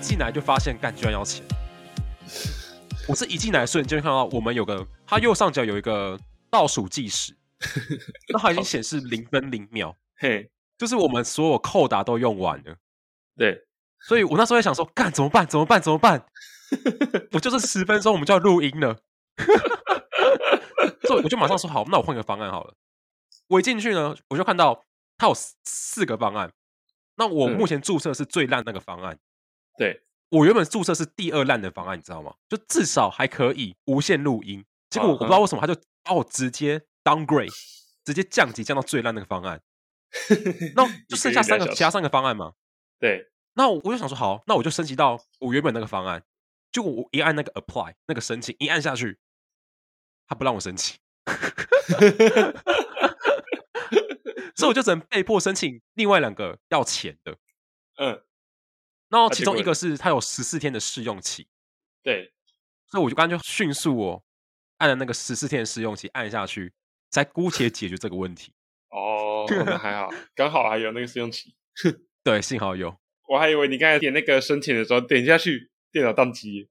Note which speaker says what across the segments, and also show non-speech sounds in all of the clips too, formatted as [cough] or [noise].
Speaker 1: 进来就发现，干居然要钱。我是一进来的瞬间就看到我们有个，它右上角有一个倒数计时，那它已经显示零分零秒，
Speaker 2: 嘿，
Speaker 1: 就是我们所有扣打都用完了。
Speaker 2: 对，
Speaker 1: 所以我那时候在想说，干怎么办？怎么办？怎么办？我就是十分钟我们就要录音了， [laughs] 所以我就马上说好，那我换个方案好了。我一进去呢，我就看到它有四四个方案，那我
Speaker 2: 嗯
Speaker 1: 目前注册是最烂那个方案。
Speaker 2: 对，
Speaker 1: 我原本注册是第二烂的方案，你知道吗？就至少还可以无限录音，结果我
Speaker 2: 嗯
Speaker 1: 不知道为什么他就把我直接 downgrade，直接降级降到最烂那个方
Speaker 2: [laughs]
Speaker 1: 案，那就剩下三
Speaker 2: 一
Speaker 1: 个
Speaker 2: 个月两小时
Speaker 1: 其他三个方案嘛。
Speaker 2: 对，
Speaker 1: 那我就想说，好，那我就升级到我原本那个方案。结果我一按那个 apply 那个申请，一按下去，他不让我申请， [laughs] 所以我就只能被迫申请另外两个要钱的。
Speaker 2: 嗯，
Speaker 1: 然后
Speaker 2: 啊
Speaker 1: 其
Speaker 2: 结
Speaker 1: 中
Speaker 2: 果
Speaker 1: 一个是它有十四天的试用期，
Speaker 2: 对，
Speaker 1: 所以我就刚才就迅速哦，按了那个十四天的试用期按下去，才姑且解决这个问题。
Speaker 2: 哦，那还好，刚好还有那个试用期，
Speaker 1: 对，幸好有。 [laughs]
Speaker 2: 我还以为你刚才点那个申请的时候点下去，电脑宕机，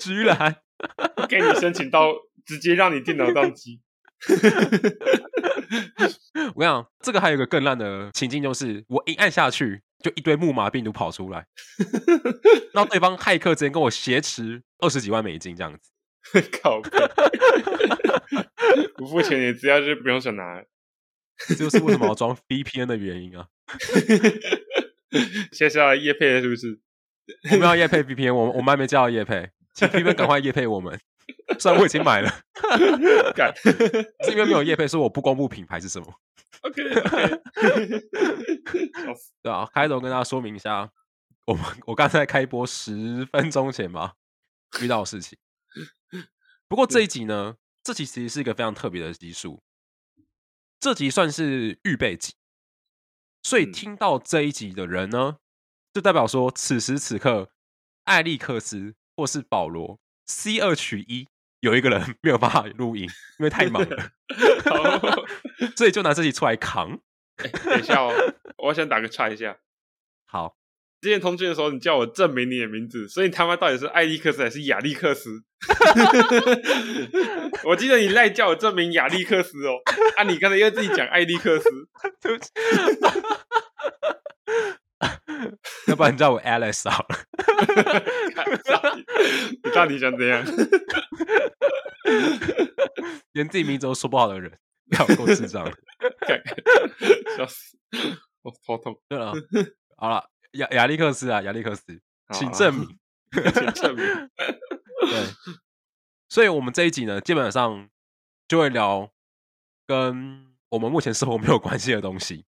Speaker 1: 居然
Speaker 2: 给你申请到直接让你电脑宕机， [laughs]
Speaker 1: 我跟你讲，这个还有一个更烂的情境，就是我一按下去，就一堆木马病毒跑出来，然后对方骇客直接跟我挟持二十几万美金这样子。
Speaker 2: 靠背，不付钱你资料就不用想拿了，
Speaker 1: 这就是为什么我装 VPN 的原因啊！
Speaker 2: 现在是要夜配了是不是？
Speaker 1: 我们要夜配 VPN，我们我们还没接到夜配，请 VPN 赶快夜配我们。虽然我已经买了，
Speaker 2: 干 [laughs]
Speaker 1: 是因为没有夜配，所以我不公布品牌是什么，
Speaker 2: ，OK OK，笑死，
Speaker 1: 对啊，开头跟大家说明一下，我们我刚才开播十分钟前吧遇到的事情。不过这一集呢，这集其实是一个非常特别的集数，这集算是预备集，所以
Speaker 2: 嗯
Speaker 1: 听到这一集的人呢，就代表说此时此刻，艾利克斯或是保罗 C 二取一，有一个人 [laughs] 没有办法录音，因为太忙了，
Speaker 2: [laughs] 好。
Speaker 1: 所以就拿这集出来扛。
Speaker 2: 等一下哦，我想打个岔一下。
Speaker 1: 好，
Speaker 2: 之前通讯的时候，你叫我证明你的名字，所以你他妈到底是艾利克斯还是亚历克斯？ [laughs] 我记得你赖叫我证明亚历克斯哦，啊，你刚才又自己讲艾利克斯，
Speaker 1: 对不起。 [laughs] 要不然你叫我 Alice 好了。
Speaker 2: 看到底你到底想怎样？ [laughs]
Speaker 1: 连自己名字都说不好的人，不要够智障。
Speaker 2: 看笑死，我头痛。
Speaker 1: 对了，好了，亚亚历克斯啊，亚历克斯，
Speaker 2: 好
Speaker 1: 请证，明。
Speaker 2: 好请证明。
Speaker 1: 对，所以我们这一集呢，基本上就会聊跟我们目前生活没有关系的东西，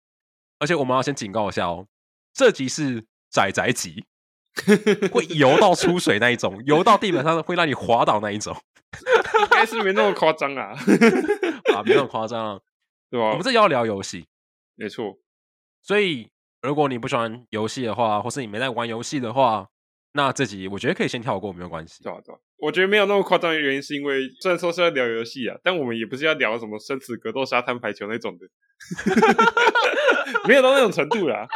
Speaker 1: 而且我们要先警告一下哦，这集是仔仔集，会游到出水那一种，游到地板上会让你滑倒那一种
Speaker 2: 应该是没那么夸张啊， [laughs]
Speaker 1: 啊，没那么夸张啊。
Speaker 2: 对
Speaker 1: 我
Speaker 2: 吧
Speaker 1: 们？这集要聊游戏，
Speaker 2: 没错，
Speaker 1: 所以如果你不喜欢游戏的话，或是你没在玩游戏的话，那这集我觉得可以先跳过，没有关系。
Speaker 2: 对啊对啊，我觉得没有那么夸张的原因是因为，虽然说是要聊游戏啊，但我们也不是要聊什么生死格斗、沙滩排球那种的， [laughs] 没有到那种程度
Speaker 1: [laughs]
Speaker 2: 啦。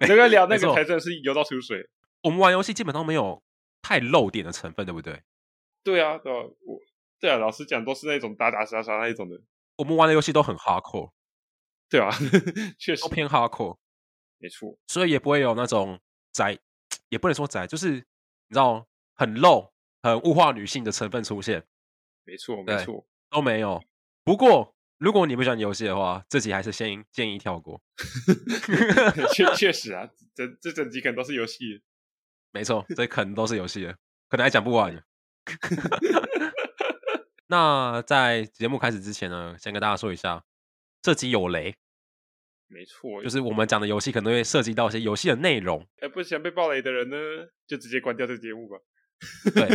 Speaker 2: 那个聊那
Speaker 1: 没
Speaker 2: 个
Speaker 1: 错
Speaker 2: 才真的是游到出水。
Speaker 1: 我们玩游戏基本上没有太露点的成分，对不对？
Speaker 2: 对啊，对啊，我对啊，老实讲都是那种打打杀杀那一种的。
Speaker 1: 我们玩的游戏都很 hardcore，
Speaker 2: 对啊， [laughs] 确实
Speaker 1: 都偏 hardcore，
Speaker 2: 没错。
Speaker 1: 所以也不会有那种宅，也不能说宅，就是你知道很露、很物化女性的成分出现
Speaker 2: 没错，
Speaker 1: 对
Speaker 2: 没错， [laughs]
Speaker 1: 都没有。不过如果你不喜欢游戏的话，这集还是先建议跳过。
Speaker 2: 确确实啊，这这整集可能都是游戏。
Speaker 1: 没错，这可能都是游戏了，可能还讲不完 [laughs] 呢。那在节目开始之前呢，先跟大家说一下，这集有雷，
Speaker 2: 没错，
Speaker 1: 就是是我们讲的游戏可能会涉及到一些游戏的内容。
Speaker 2: 哎，不想被暴雷的人呢，就直接关掉这节目吧。 [laughs]
Speaker 1: 对，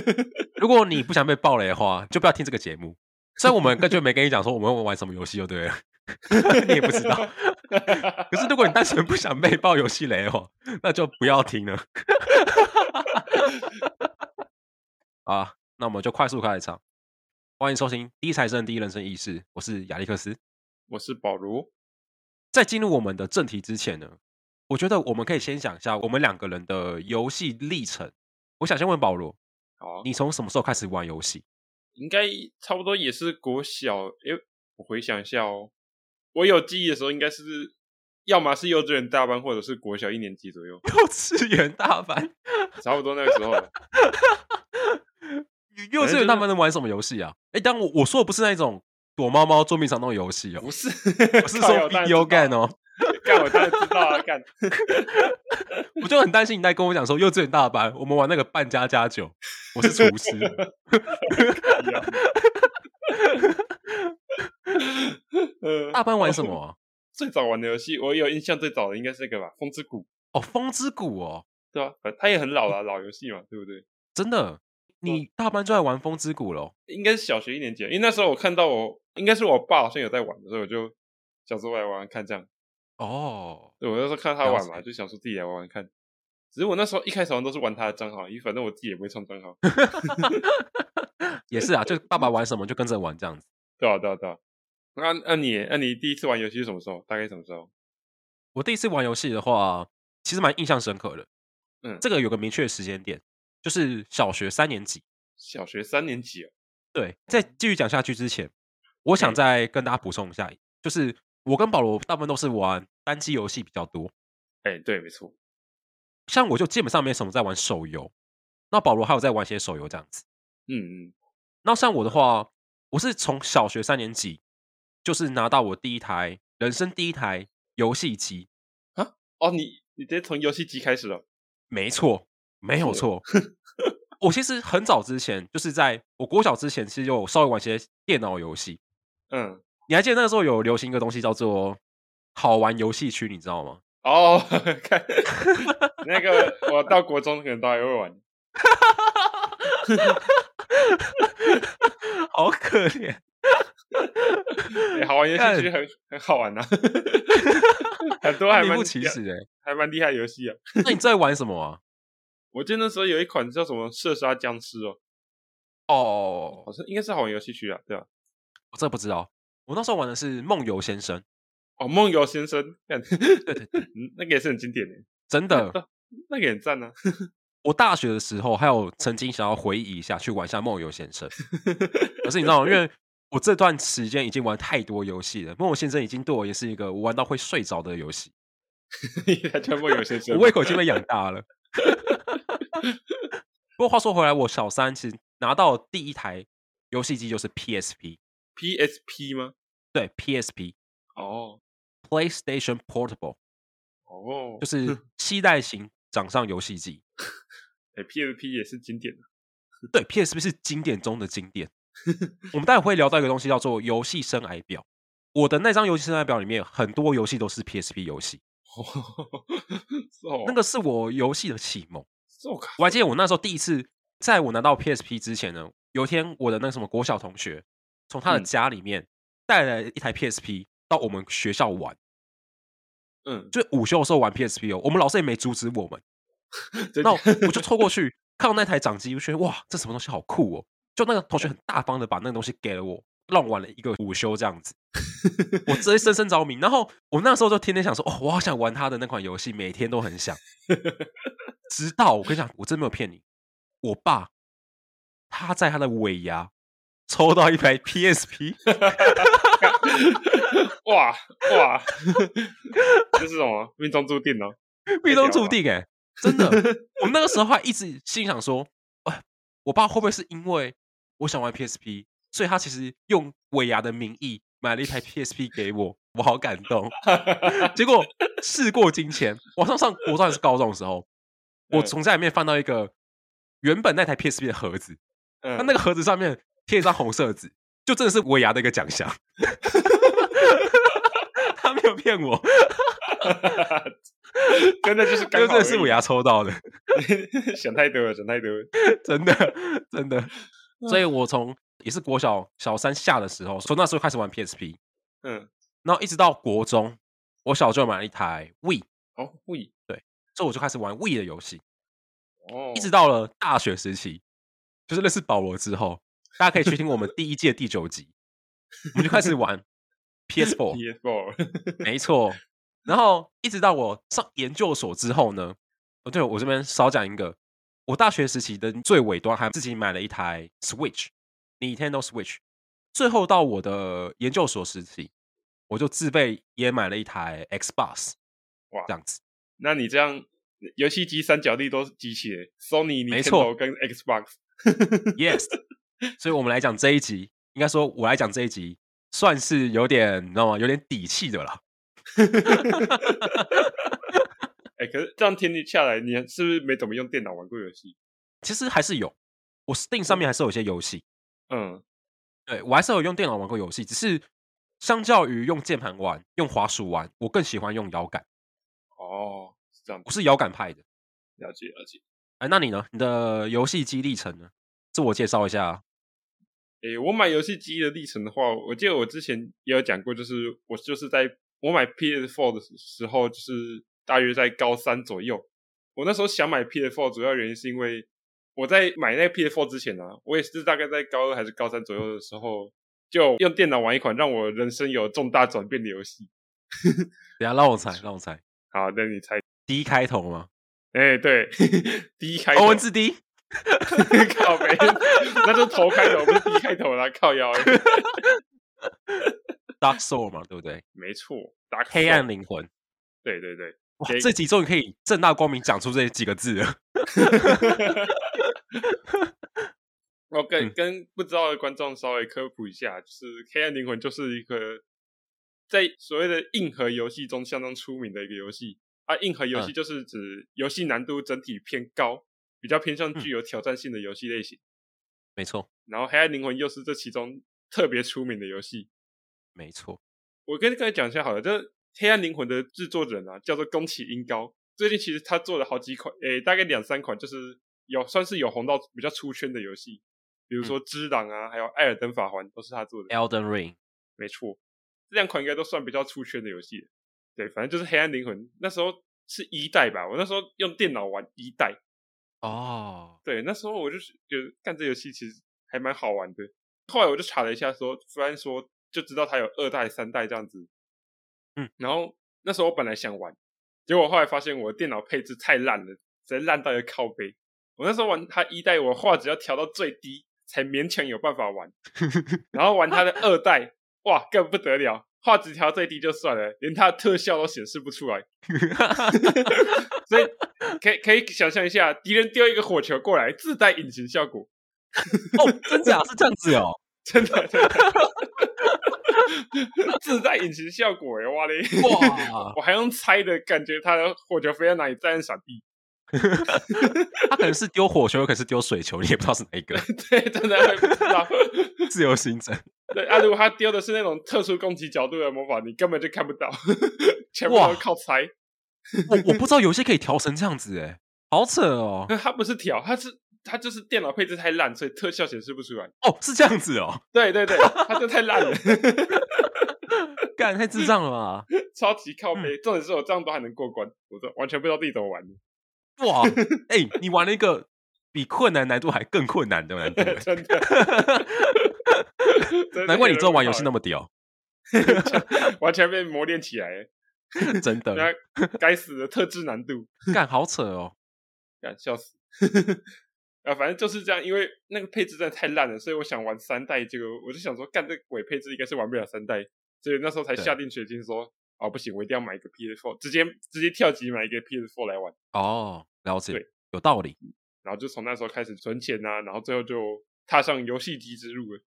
Speaker 1: 如果你不想被暴雷的话，就不要听这个节目。虽然我们根本就没跟你讲说我们会玩什么游戏就对了， [laughs] 你也不知道。可是如果你单纯不想被爆游戏雷的话，那就不要听了。 [laughs] 啊，那我们就快速开始唱。欢迎收听《第一财政第一人生意识》，我是亚历克斯。
Speaker 2: 我是保罗，
Speaker 1: 在进入我们的正题之前呢，我觉得我们可以先想一下我们两个人的游戏历程。我想先问保罗，
Speaker 2: 好啊，
Speaker 1: 你从什么时候开始玩游戏？ [laughs]，
Speaker 2: 应该差不多也是国小。诶、我回想一下哦，我有记忆的时候应该是，要么是幼稚园大班，或者是国小一年级左右
Speaker 1: 幼稚园大班，
Speaker 2: 差不多那个时候了。
Speaker 1: 幼稚园大班能玩什么游戏啊？哎，当然我我说的不是那种躲猫猫、捉迷藏那种游戏哦，
Speaker 2: 不 [laughs] 是，
Speaker 1: 我
Speaker 2: 我
Speaker 1: 是说 video game 哦。
Speaker 2: 干我当然知道啊，干。
Speaker 1: 我就很担心你在跟我讲说幼稚园大班，我们玩那个扮家家酒，我是厨师，
Speaker 2: [laughs]
Speaker 1: [laughs]
Speaker 2: 呃，
Speaker 1: 大班玩什么啊、
Speaker 2: 最早玩的游戏，我有印象最早的应该是那个吧，《风之谷》，
Speaker 1: 哦，风之谷哦，
Speaker 2: 对吧？反它也很老了、老游戏嘛，对不对？
Speaker 1: 真的，你大班就在玩风之谷喽？
Speaker 2: 应该是小学一年级，因为那时候我看到我，应该是我爸好像有在玩的，所以我就想说我来玩玩看这样。
Speaker 1: 哦，
Speaker 2: 对，我那时候看他玩
Speaker 1: 了
Speaker 2: 嘛，
Speaker 1: 解
Speaker 2: 就想说自己来玩玩看。只是我那时候一开始玩都是玩他的账号，因为反正我自己也不会创账号，
Speaker 1: 也是啊，就爸爸玩什么就跟着玩这样子。
Speaker 2: 对啊？对啊？对啊？那那你那你第一次玩游戏是什么时候？大概什么时候？
Speaker 1: 我第一次玩游戏的话，其实蛮印象深刻的。
Speaker 2: 嗯
Speaker 1: 这个有个明确的时间点，就是小学三年级。
Speaker 2: 小学三年级哦。
Speaker 1: 对，在继续讲下去之前，我想
Speaker 2: 嗯
Speaker 1: 再跟大家补充一下，就是我跟保罗大部分都是玩单机游戏比较多，
Speaker 2: 哎，对，没错。
Speaker 1: 像我就基本上没什么在玩手游，那保罗还有在玩一些手游这样子。
Speaker 2: 嗯嗯，
Speaker 1: 那像我的话，我是从小学三年级就是拿到我第一台人生第一台游戏机，
Speaker 2: 哦，你你直接从游戏机开始了。
Speaker 1: 没错，没有
Speaker 2: 是
Speaker 1: 错。我其实很早之前，就是在我国小之前，其实有稍微玩一些电脑游戏。
Speaker 2: 嗯，
Speaker 1: 你还记得那个时候有流行一个东西叫做“好玩游戏区”，你知道吗？
Speaker 2: 哦， [laughs] 看那个，我到国中可能都还会玩。
Speaker 1: 好可 [laughs] 怜，
Speaker 2: 哎好玩游戏其实很很好玩呐、啊
Speaker 1: [laughs]
Speaker 2: 很多还
Speaker 1: 名
Speaker 2: 蛮
Speaker 1: 不其实哎、
Speaker 2: 还蛮厉害的游戏啊。
Speaker 1: 那你在玩什么啊？
Speaker 2: 我记得那时候有一款叫什么《射杀僵尸》哦，
Speaker 1: 哦
Speaker 2: 好，像应该哦是好玩游戏区啊，对啊。
Speaker 1: 我真的不知道。我那时候玩的是《梦游先生》，
Speaker 2: 哦，梦游先生，看，
Speaker 1: 对对
Speaker 2: [laughs] 嗯那个也是很经典的，哦
Speaker 1: 真的，
Speaker 2: 那个也很赞啊。
Speaker 1: 我大学的时候还有曾经想要回忆一下，去玩一下《梦游先生》。可是你知道吗？因为我这段时间已经玩太多游戏了，《梦游先生》已经对我也是一个我玩到会睡着的游戏，
Speaker 2: 他叫梦游先生
Speaker 1: 我
Speaker 2: 吗，
Speaker 1: 胃口已经被养大了。不过话说回来，我小三其实拿到第一台游戏机就是 PSP，
Speaker 2: PSP 吗？
Speaker 1: 对 PSP
Speaker 2: 哦
Speaker 1: PlayStation Portable，
Speaker 2: 哦，
Speaker 1: 就是期待型掌上游戏机。
Speaker 2: 哎、p s p 也是经典的。
Speaker 1: 对 PSP 是经典中的经典。我们待会会聊到一个东西叫做游戏生涯表。我的那张游戏生涯表里面，很多游戏都是 PSP 游戏，
Speaker 2: [laughs] 哦，哦
Speaker 1: 那个是我游戏的启蒙。
Speaker 2: 我卡
Speaker 1: 我还记得我那时候第一次，在我拿到 PSP 之前呢，有一天我的那个什么国小同学，从他的
Speaker 2: 嗯
Speaker 1: 家里面带来一台 PSP 到我们学校玩，
Speaker 2: 嗯，
Speaker 1: 就是午休的时候玩 PSP 哦，我们老师也没阻止我们。
Speaker 2: 真
Speaker 1: 那我我就凑过去看到那台掌机，就觉得哇，这什么东西好酷哦！就那个同学很大方的把那个东西给了我，让我玩了一个午休这样子，我直接深深着迷。然后我那时候就天天想说，哦，我好想玩他的那款游戏，每天都很想。直到我跟你讲，我真没有骗你，我爸他在他的尾牙抽到一台 PSP，
Speaker 2: 哇哇，这是什么命中注定
Speaker 1: [laughs]
Speaker 2: 哦？
Speaker 1: 命中注定哎、
Speaker 2: 欸
Speaker 1: 真的。我那个时候还一直心想说，哎，我爸会不会是因为我想玩 PSP，所以他其实用尾牙的名义买了一台 PSP 给我，我好感动。结果事过境迁，我上上国中还是高中的时候，我
Speaker 2: 嗯
Speaker 1: 从家里面翻到一个原本那台 PSP 的盒子，
Speaker 2: 嗯
Speaker 1: 啊它那个盒子上面贴一张红色的纸，就真的是尾牙的一个奖
Speaker 2: [laughs]
Speaker 1: 项。 [laughs] 他没有骗
Speaker 2: [laughs]
Speaker 1: 我，
Speaker 2: [laughs] 真的就是
Speaker 1: 就
Speaker 2: 刚
Speaker 1: 真
Speaker 2: 好而
Speaker 1: 的
Speaker 2: 已， [laughs]
Speaker 1: 是尾牙抽到的。
Speaker 2: 想太多了，想太多了。
Speaker 1: 真的真
Speaker 2: [laughs]
Speaker 1: 的。所
Speaker 2: 嗯
Speaker 1: 以我从也是国小小三下的时候，从那时候开始玩 PSP，
Speaker 2: 嗯，
Speaker 1: 然后一直到国中，我小舅买了一台 We，
Speaker 2: 哦，喂，
Speaker 1: 所以我就开始玩 We 的游戏，
Speaker 2: 哦，
Speaker 1: 一直到了大学时期，就是认识保罗之后，大家可以去听我们第
Speaker 2: [laughs]
Speaker 1: 一届第九集，我们就开始玩 PS4，
Speaker 2: PS4，
Speaker 1: 没错，然后一直到我上研究所之后呢，哦，对我这边少讲一个，我大学时期的最尾端还自己买了一台 Switch Nintendo Switch，最后到我的研究所时期，我就自备也买了一台 Xbox，
Speaker 2: 哇
Speaker 1: 这样子
Speaker 2: 那你这样游戏机三角地都集齐了，Sony、
Speaker 1: 没错
Speaker 2: Nintendo 跟 Xbox， [laughs]
Speaker 1: ，yes。所以我们来讲这一集，应该说我来讲这一集，算是有点你知道吗？有点底气的了。
Speaker 2: 哎、可是这样听你下来，你是不是没怎么用电脑玩过游戏？
Speaker 1: 其实还是有，我 Steam 上面还是有一些游戏，
Speaker 2: 嗯，
Speaker 1: 对我还是有用电脑玩过游戏，只是相较于用键盘玩、用滑鼠玩，我更喜欢用摇杆，
Speaker 2: 哦，是这样
Speaker 1: 我，是摇杆派的。
Speaker 2: 了解了解。
Speaker 1: 哎，那你呢？你的游戏机历程呢？自我介绍一下啊。
Speaker 2: 诶、我买游戏机的历程的话，我记得我之前也有讲过，就是我就是在我买 PS4 的时候，就是大约在高三左右。我那时候想买 PS4，主要原因是因为我在买那个 PS4 之前啊，我也是大概在高二还是高三左右的时候，就用电脑玩一款让我人生有重大转变的游戏。
Speaker 1: 等一下让我猜，让我猜
Speaker 2: 好，那你猜？
Speaker 1: ，D 开头吗？
Speaker 2: 哎、对， [laughs] 第一开
Speaker 1: 欧
Speaker 2: 头
Speaker 1: 文字 D。
Speaker 2: [laughs] 靠北，那就头开头，不是第一开头啦，靠
Speaker 1: [laughs]
Speaker 2: 腰、欸，
Speaker 1: Dark Soul 嘛，对不对？
Speaker 2: 没错，打
Speaker 1: 黑暗，灵魂。
Speaker 2: 对对对。
Speaker 1: 哇，
Speaker 2: 给
Speaker 1: 这集终于可以正大光明讲出这几个字了。 [laughs]
Speaker 2: 我哦跟、
Speaker 1: 嗯
Speaker 2: 跟不知道的观众稍微科普一下，就是《黑暗灵魂》就是一个在所谓的硬核游戏中相当出名的一个游戏。啊，硬核游戏
Speaker 1: 嗯
Speaker 2: 就是指游戏难度整体偏高，比较偏向
Speaker 1: 嗯
Speaker 2: 具有挑战性的游戏类型。
Speaker 1: 没错，
Speaker 2: 然后《黑暗灵魂》又是这其中特别出名的游戏。
Speaker 1: 没错。
Speaker 2: 我跟各位讲一下好了，这《黑暗灵魂》的制作人啊，叫做宫崎英高。最近其实他做了好几款，诶、大概两三款，就是有算是有红到比较出圈的游戏，比如说《之狼》啊，还有《艾尔登法环》，都是他做的。
Speaker 1: Elden Ring。
Speaker 2: 没错，这两款应该都算比较出圈的游戏了。对，反正就是《黑暗灵魂》，那时候是一代吧，我那时候用电脑玩一代。
Speaker 1: 哦，
Speaker 2: 对，那时候我就是觉得干这游戏其实还蛮好玩的。后来我就查了一下说，虽然说就知道它有二代、三代这样子。
Speaker 1: 嗯，
Speaker 2: 然后那时候我本来想玩，结果后来发现我的电脑配置太烂了，直接烂到一个靠背。我那时候玩它一代，我画质要调到最低才勉强有办法玩。然后玩它的二代，哇，更不得了，画质调最低就算了，连它的特效都显示不出来。 [laughs] 所以可以可以想象一下，敌人丢一个火球过来，自带隐形效果， [laughs]
Speaker 1: 哦，真假是这样子哦。
Speaker 2: 真的，真的 [laughs] 自带隐形效果哎、哇嘞！
Speaker 1: 哇，
Speaker 2: [laughs] 我还用猜的感觉，他的火球飞到哪里，再按闪避， [laughs]
Speaker 1: 他可能是丢火球，有可能是丢水球，你也不知道是哪一个。 [laughs]
Speaker 2: 对，真的会不知道。
Speaker 1: 自由行政。
Speaker 2: 对啊，如果他丢的是那种特殊攻击角度的魔法，你根本就看不到， [laughs] 全部都
Speaker 1: 哇
Speaker 2: 靠猜。
Speaker 1: 我哎我不知道游戏可以调成这样子哎、好扯哦！
Speaker 2: 那他不是调，他是他就是电脑配置太烂，所以特效显示不出来。
Speaker 1: [laughs] 哦，是这样子哦，
Speaker 2: 对对对，他就太烂了。 [laughs]
Speaker 1: 干太智障了吧！
Speaker 2: 超级靠
Speaker 1: 嗯
Speaker 2: 背，重点是我这样都还能过关，我都完全不知道自己怎么玩的，
Speaker 1: 哇，哎、你玩了一个比困难难度还更困难的难度 [laughs] 欸、
Speaker 2: [laughs] 真的。真的
Speaker 1: 难怪你之后玩游戏那么屌，
Speaker 2: 完全被磨练起来了，
Speaker 1: 真的 [laughs]
Speaker 2: 那该死的特制难度，
Speaker 1: 干好扯哦！
Speaker 2: 干笑死。 [laughs] 啊，反正就是这样，因为那个配置真的太烂了，所以我想玩三代，结果我就想说，干这个鬼配置应该是玩不了三代，所以那时候才
Speaker 1: 对
Speaker 2: 下定决心说，啊、不行，我一定要买一个 PS4，直接直接跳级买一个 PS4 来玩。
Speaker 1: 哦，了解
Speaker 2: 对，
Speaker 1: 有道理。
Speaker 2: 然后就从那时候开始存钱啊，然后最后就踏上游戏机之路了。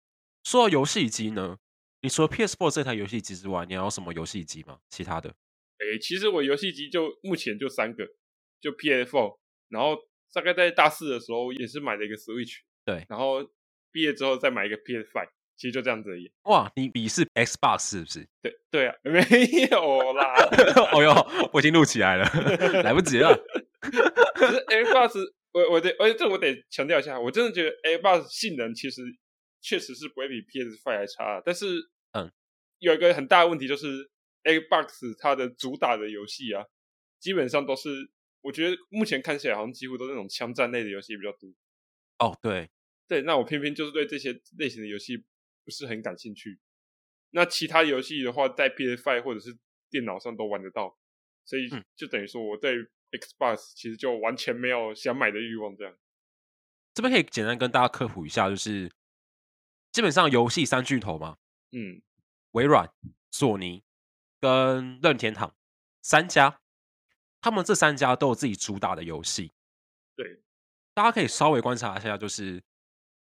Speaker 1: 说到游戏机呢，你除了 PS4 这台游戏机之外，你还有什么游戏机吗？其他的？
Speaker 2: 诶，其实我游戏机就目前就三个，就 PS4，然后大概在大四的时候也是买了一个 Switch，
Speaker 1: 对
Speaker 2: 然后毕业之后再买一个 PS5，其实就这样子而已。
Speaker 1: 哇，你你是 Xbox 是不是？ [laughs]
Speaker 2: 对对啊， [laughs] 没有啦，
Speaker 1: 哦哟，我已经录起来了， [laughs] 来不及了。
Speaker 2: 可是 Xbox，我我得，而且这我得强调一下，我真的觉得 Xbox 性能其实确实是不会比 PS5 还差，但是
Speaker 1: 嗯，
Speaker 2: 有一个很大的问题就是 Xbox 它的主打的游戏啊，基本上都是我觉得目前看起来好像几乎都是那种枪战类的游戏比较多。
Speaker 1: 哦，对，
Speaker 2: 对，那我偏偏就是对这些类型的游戏不是很感兴趣。那其他游戏的话，在 PS5 或者是电脑上都玩得到，所以
Speaker 1: 嗯
Speaker 2: 就等于说我对 Xbox 其实就完全没有想买的欲望，这样。
Speaker 1: 这边可以简单跟大家科普一下，就是基本上游戏三巨头嘛，
Speaker 2: 嗯，
Speaker 1: 微软、索尼跟任天堂三家，他们这三家都有自己主打的游戏。
Speaker 2: 对，
Speaker 1: 大家可以稍微观察一下，就是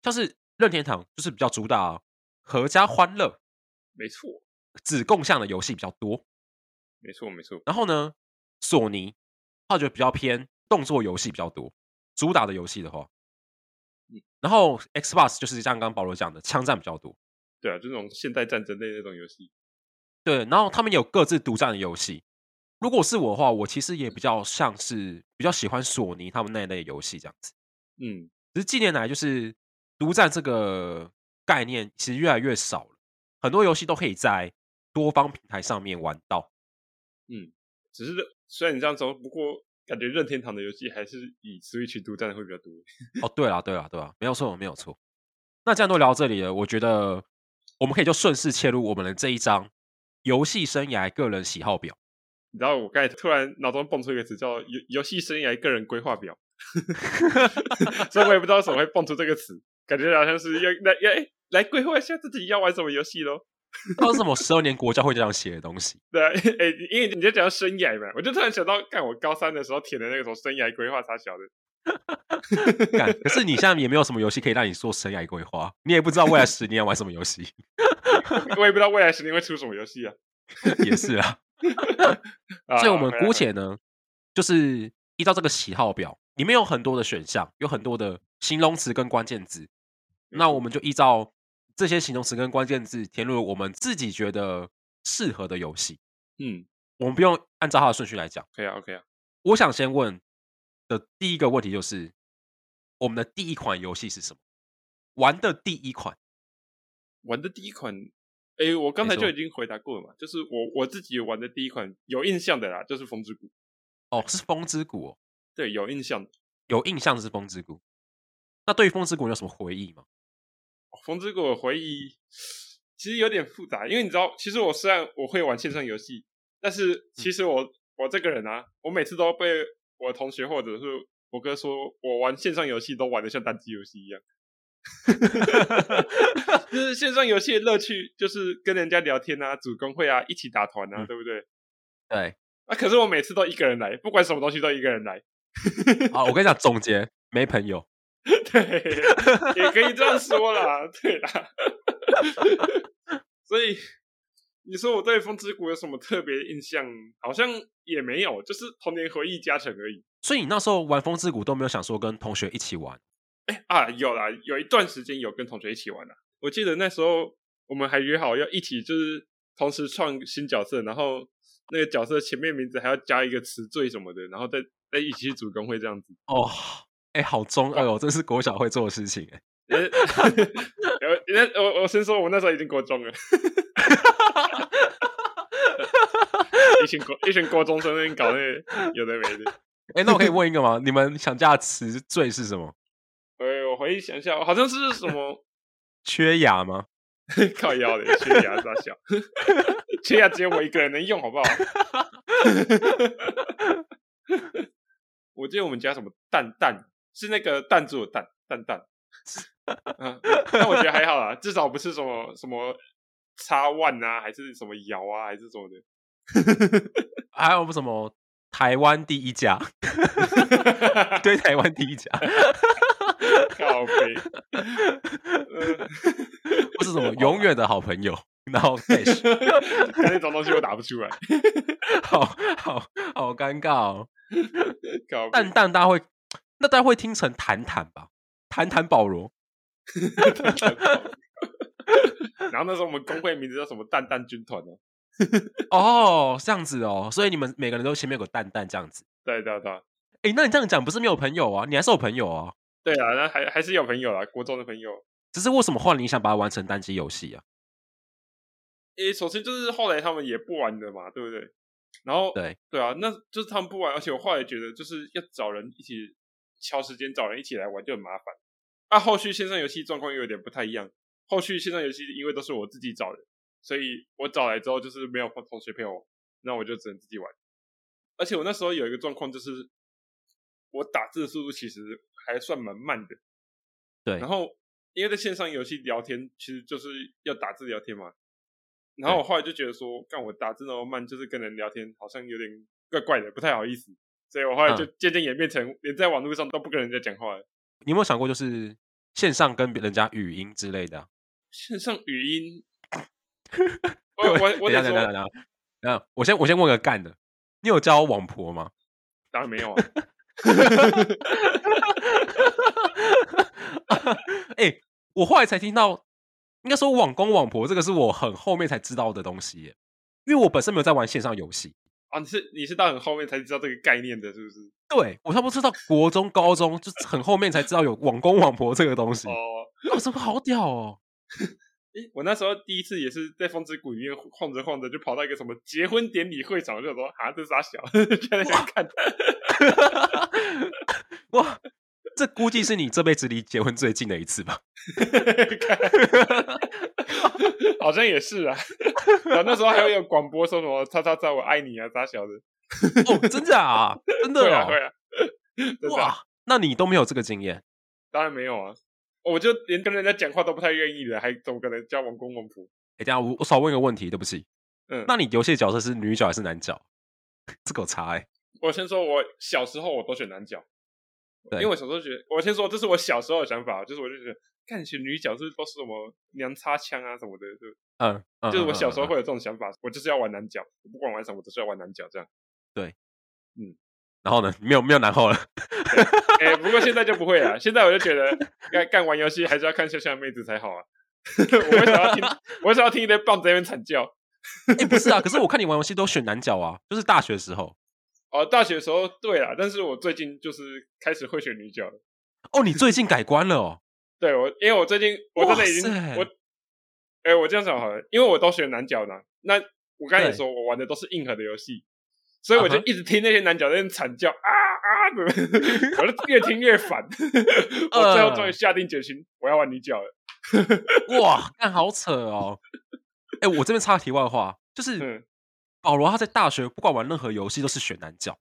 Speaker 1: 像是任天堂就是比较主打合家欢乐、
Speaker 2: 没错，
Speaker 1: 子共享的游戏比较多。
Speaker 2: 没错，没错。
Speaker 1: 然后呢，索尼他觉得比较偏动作游戏比较多，主打的游戏的话
Speaker 2: 嗯，
Speaker 1: 然后 Xbox 就是像刚刚保罗讲的枪战比较多。
Speaker 2: 对啊，就那种现代战争类那种游戏。
Speaker 1: 对，然后他们有各自独占的游戏。如果是我的话，我其实也比较像是比较喜欢索尼他们那一类游戏这样子。
Speaker 2: 嗯，
Speaker 1: 只是近年来就是独占这个概念其实越来越少了，很多游戏都可以在多方平台上面玩到。
Speaker 2: 只是虽然你这样说，不过感觉任天堂的游戏还是以 Switch 独占的会比较多。
Speaker 1: 哦，对了，对了，对了，没有错，没有错。那这样都聊到这里了，我觉得我们可以就顺势切入我们的这一章游戏生涯个人喜好表。
Speaker 2: 你知道我刚才突然脑中蹦出一个词叫游游戏生涯个人规划表， [laughs] 所以我也不知道为什么会蹦出这个词，感觉好像是要来要、哎来规划一下自己要玩什么游戏咯。
Speaker 1: 不知道是什么十二年国教会这样写的东西。
Speaker 2: 对啊， [laughs] 哎、因为你就讲到生涯嘛，我就突然想到，干我高三的时候填的那个什么生涯规划啥小的，
Speaker 1: 干，可是你现在也没有什么游戏可以让你做生涯规划，你也不知道未来十年要玩什么游戏， [laughs]
Speaker 2: 我也不知道未来十年会出什么游戏啊。
Speaker 1: 也是啊。
Speaker 2: 啊
Speaker 1: 所以我们
Speaker 2: 回来
Speaker 1: 姑且呢，就是依照这个喜好表，里面有很多的选项，有很多的形容词跟关键
Speaker 2: 嗯
Speaker 1: 字。那我们就依照这些形容词跟关键字填入我们自己觉得适合的游戏，
Speaker 2: 嗯，
Speaker 1: 我们不用按照它的顺序来讲。
Speaker 2: 可以啊，OK 啊，
Speaker 1: 我想先问的第一个问题就是，我们的第一款游戏是什么？玩的第一款。
Speaker 2: 玩的第一款，哎，我刚才
Speaker 1: 没
Speaker 2: 就
Speaker 1: 错
Speaker 2: 已经回答过了嘛，就是我我自己玩的第一款有印象的啦，就是《风之谷》，
Speaker 1: 哦，是风之谷、哦，
Speaker 2: 对，有印象的。
Speaker 1: 有印象的是风之谷。那对于风之谷你有什么回忆吗？
Speaker 2: 风之谷的回忆其实有点复杂，因为你知道，其实我虽然我会玩线上游戏，但是其实我、我这个人啊，我每次都被我同学或者是我哥说我玩线上游戏都玩的像单机游戏一样。 [laughs] 就是线上游戏的乐趣，就是跟人家聊天啊、组工会啊、一起打团啊，
Speaker 1: 嗯
Speaker 2: 对不对？
Speaker 1: 对，
Speaker 2: 啊，可是我每次都一个人来，不管什么东西都一个人来。
Speaker 1: 好，我跟你讲，总结没朋友。
Speaker 2: [laughs] 对，也可以这样说啦，对啦。 [laughs] 所以你说我对《风之谷》有什么特别的印象？好像也没有，就是童年回忆加成而已。
Speaker 1: 所以你那时候玩风之谷都没有想说跟同学一起玩，
Speaker 2: 哎啊，有啦，有一段时间有跟同学一起玩啦。我记得那时候我们还约好要一起，就是同时创新角色，然后那个角色前面名字还要加一个词缀什么的，然后再再一起去组工会这样子。
Speaker 1: 哦，哎、好中二哦，这是国小会做的事 [laughs] 情哎、
Speaker 2: 呃呃那我我先说，我那时候已经国中了，一群国一群国中生在那边搞那个有的没的。
Speaker 1: 哎、那我可以问一个吗？你们想加的词缀是什么？
Speaker 2: 哎，我回想一下，好像是什么
Speaker 1: 缺牙吗？
Speaker 2: [laughs] 靠腰的缺牙大小， [laughs] 缺牙只有我一个人能用，好不 [laughs] 好？我记得我们家什么蛋蛋是那个弹珠的蛋蛋蛋，嗯，但我觉得还好啦，至少不是什么什么叉腕啊，还是什么摇啊，还是什么的。 [laughs]
Speaker 1: 还有什么台湾第一家？ [laughs] 对，台湾第一家，
Speaker 2: 靠背，呃
Speaker 1: 或是什么永远的好朋友？然 [laughs] 后 dash，
Speaker 2: 但那种东西我打不出来，
Speaker 1: 好好好尴尬哦。
Speaker 2: 靠背
Speaker 1: 蛋蛋大家会，那大家会听成谈谈吧？谈谈保罗，
Speaker 2: 然后那时候我们工会名字叫什么“蛋蛋军团”哦，
Speaker 1: 哦，这样子哦，所以你们每个人都前面有个蛋蛋这样子。
Speaker 2: 对对对
Speaker 1: 哎，那你这样讲不是没有朋友啊？你还是有朋友啊，
Speaker 2: 对啊，那还还是有朋友啦，国中的朋友。
Speaker 1: 只是为什么后来你想把它玩成单机游戏啊？
Speaker 2: 诶，首先就是后来他们也不玩了嘛，对不对？然后
Speaker 1: 对
Speaker 2: 对啊，那就是他们不玩，而且我后来觉得就是要找人一起敲时间，找人一起来玩就很麻烦。啊，后续线上游戏状况又有点不太一样。后续线上游戏因为都是我自己找人，所以我找来之后就是没有同学陪我，那我就只能自己玩。而且我那时候有一个状况就是，我打字的速度其实还算蛮慢的。
Speaker 1: 对
Speaker 2: 然后因为在线上游戏聊天，其实就是要打字聊天嘛。然后我后来就觉得说，干我打字那么慢，就是跟人聊天好像有点怪怪的，不太好意思。所以我后来
Speaker 1: 嗯
Speaker 2: 就渐渐演变成，连在网络上都不跟人家讲话了。
Speaker 1: 你有没有想过，就是线上跟别人家语音之类的啊、 [laughs]
Speaker 2: 线上语音，我我
Speaker 1: 等
Speaker 2: 我得
Speaker 1: 一下等一下等
Speaker 2: 说，
Speaker 1: 一下等一下，我先我先问个干的，你有交网婆吗？ [laughs]
Speaker 2: 当然没有啊。
Speaker 1: 哎、我后来才听到，应该说网公网婆这个是我很后面才知道的东西耶，因为我本身没有在玩线上游戏。
Speaker 2: 啊，你是你是到很后面才知道这个概念的，是不是？
Speaker 1: 对我差不多是到国中、高中，就是很后面才知道有网公网婆这个东西。
Speaker 2: 哦，
Speaker 1: 我说好屌哦！
Speaker 2: 诶，我那时候第一次也是在风之谷里面晃着晃着，就跑到一个什么结婚典礼会场，我就说啊，这傻小， [laughs] 就在那边看。
Speaker 1: 哇，这估计是你这辈子离结婚最近的一次吧？
Speaker 2: [laughs] 好像也是啊。然后那时候还会有广播说什么“叉叉叉，我爱你啊，傻小子
Speaker 1: 哦，真的啊，真”，
Speaker 2: 会
Speaker 1: 的
Speaker 2: 啊
Speaker 1: 哦
Speaker 2: 会！啊， [laughs] 真的啊
Speaker 1: 哇，那你都没有这个经验？
Speaker 2: 当然没有啊。我就连跟人家讲话都不太愿意了，还怎么可能叫王公王婆？
Speaker 1: 哎、等一下我我少问一个问题，对不起。
Speaker 2: 嗯
Speaker 1: 那你游戏的角色是女角还是男角？ [laughs] 这个我查哎、
Speaker 2: 我先说，我小时候我都选男角，因
Speaker 1: 对
Speaker 2: 为我小时候觉得，我先说这是我小时候的想法，就是我就觉得，看选女角是不是都是什么娘擦枪啊什么的，就
Speaker 1: 嗯，嗯
Speaker 2: 就是我小时候。
Speaker 1: 嗯嗯嗯
Speaker 2: 会有这种想法，我就是要玩男角，我不管玩什么，我都是要玩男角这样。
Speaker 1: 然后呢？没有没有然后了。 [laughs]
Speaker 2: 哎、不过现在就不会了，现在我就觉得干干玩游戏还是要看笑笑妹子才好啊。 [laughs] 我为什么
Speaker 1: [laughs]
Speaker 2: 要听？我为什么要听一堆棒子在那边惨叫？
Speaker 1: 哎、不是啊，可是我看你玩游戏都选男角啊，就是大学的时候。
Speaker 2: 哦，大学的时候对啦，但是我最近就是开始会选女角了。
Speaker 1: 哦，你最近改观了哦。
Speaker 2: 对我，因为我最近我真的已经
Speaker 1: 哇塞
Speaker 2: 我，哎、我这样讲好了，因为我都选男角呢。那我刚才也
Speaker 1: 对
Speaker 2: 说我玩的都是硬核的游戏，所以我就
Speaker 1: 啊哈
Speaker 2: 一直听那些男角在那边惨叫啊啊的，
Speaker 1: [laughs]
Speaker 2: 我就越听越烦。 [laughs] 我最后
Speaker 1: 嗯
Speaker 2: 终于下定决心，我要玩女角了。
Speaker 1: 哇，看好扯哦！哎、我这边插个题外话，就是
Speaker 2: 嗯，
Speaker 1: 保罗他在大学不管玩任何游戏都是选男角，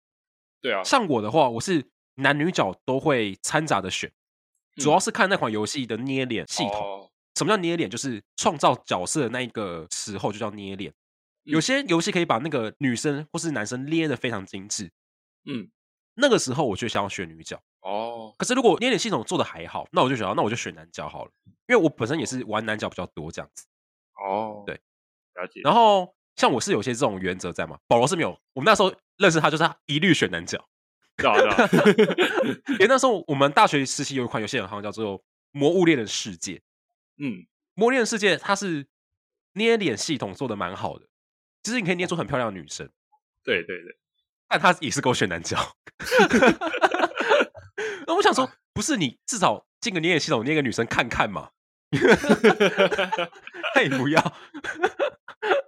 Speaker 2: 对啊，
Speaker 1: 像我的话，我是男女角都会掺杂的选，主
Speaker 2: 嗯
Speaker 1: 要是看那款游戏的捏脸系统。
Speaker 2: 哦
Speaker 1: 什么叫捏脸？就是创造角色的那一个时候就叫捏脸。有
Speaker 2: 嗯
Speaker 1: 些游戏可以把那个女生或是男生捏的非常精致，
Speaker 2: 嗯，
Speaker 1: 那个时候我就想要选女角。
Speaker 2: 哦，
Speaker 1: 可是如果捏脸系统做的还好，那我就想要，那我就选男角好了，因为我本身也是玩男角比较多这样子。
Speaker 2: 哦，
Speaker 1: 对，
Speaker 2: 了解。
Speaker 1: 然后像我是有些这种原则在嘛，保罗是没有。我们那时候认识他，就是他一律选男角。
Speaker 2: 知道
Speaker 1: [laughs]
Speaker 2: 知道
Speaker 1: 因为那时候我们大学时期有一款游戏很好，叫做《魔物猎人世界》。
Speaker 2: 嗯，
Speaker 1: 《魔物猎人世界》它是捏脸系统做的蛮好的，其实你可以捏出很漂亮的女生，
Speaker 2: 对对对，
Speaker 1: 但他也是给我选
Speaker 2: [laughs]
Speaker 1: 男角。那我想说，不是你至少进个捏脸系统捏个女生看看嘛？嘿，不要，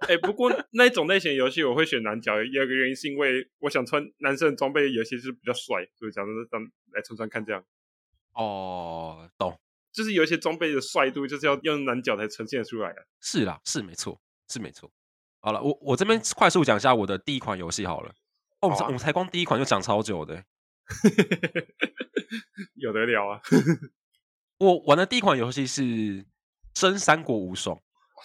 Speaker 2: 哎、不过那种类型的游戏我会选男角，也有个原因是因为我想穿男生的装备，尤其是比较帅，所以想说当来穿穿看这样。
Speaker 1: 哦，懂，
Speaker 2: 就是有一些装备的帅度，就是要用男角才呈现出来啊。 [laughs]
Speaker 1: 是啦，是没错，是没错。好了，我我这边快速讲一下我的第一款游戏好了。哦，我们才、
Speaker 2: 好啊
Speaker 1: 我们才光第一款就讲超久的。
Speaker 2: 有得聊啊， [laughs]
Speaker 1: 我玩的第一款游戏是《真三国无双》。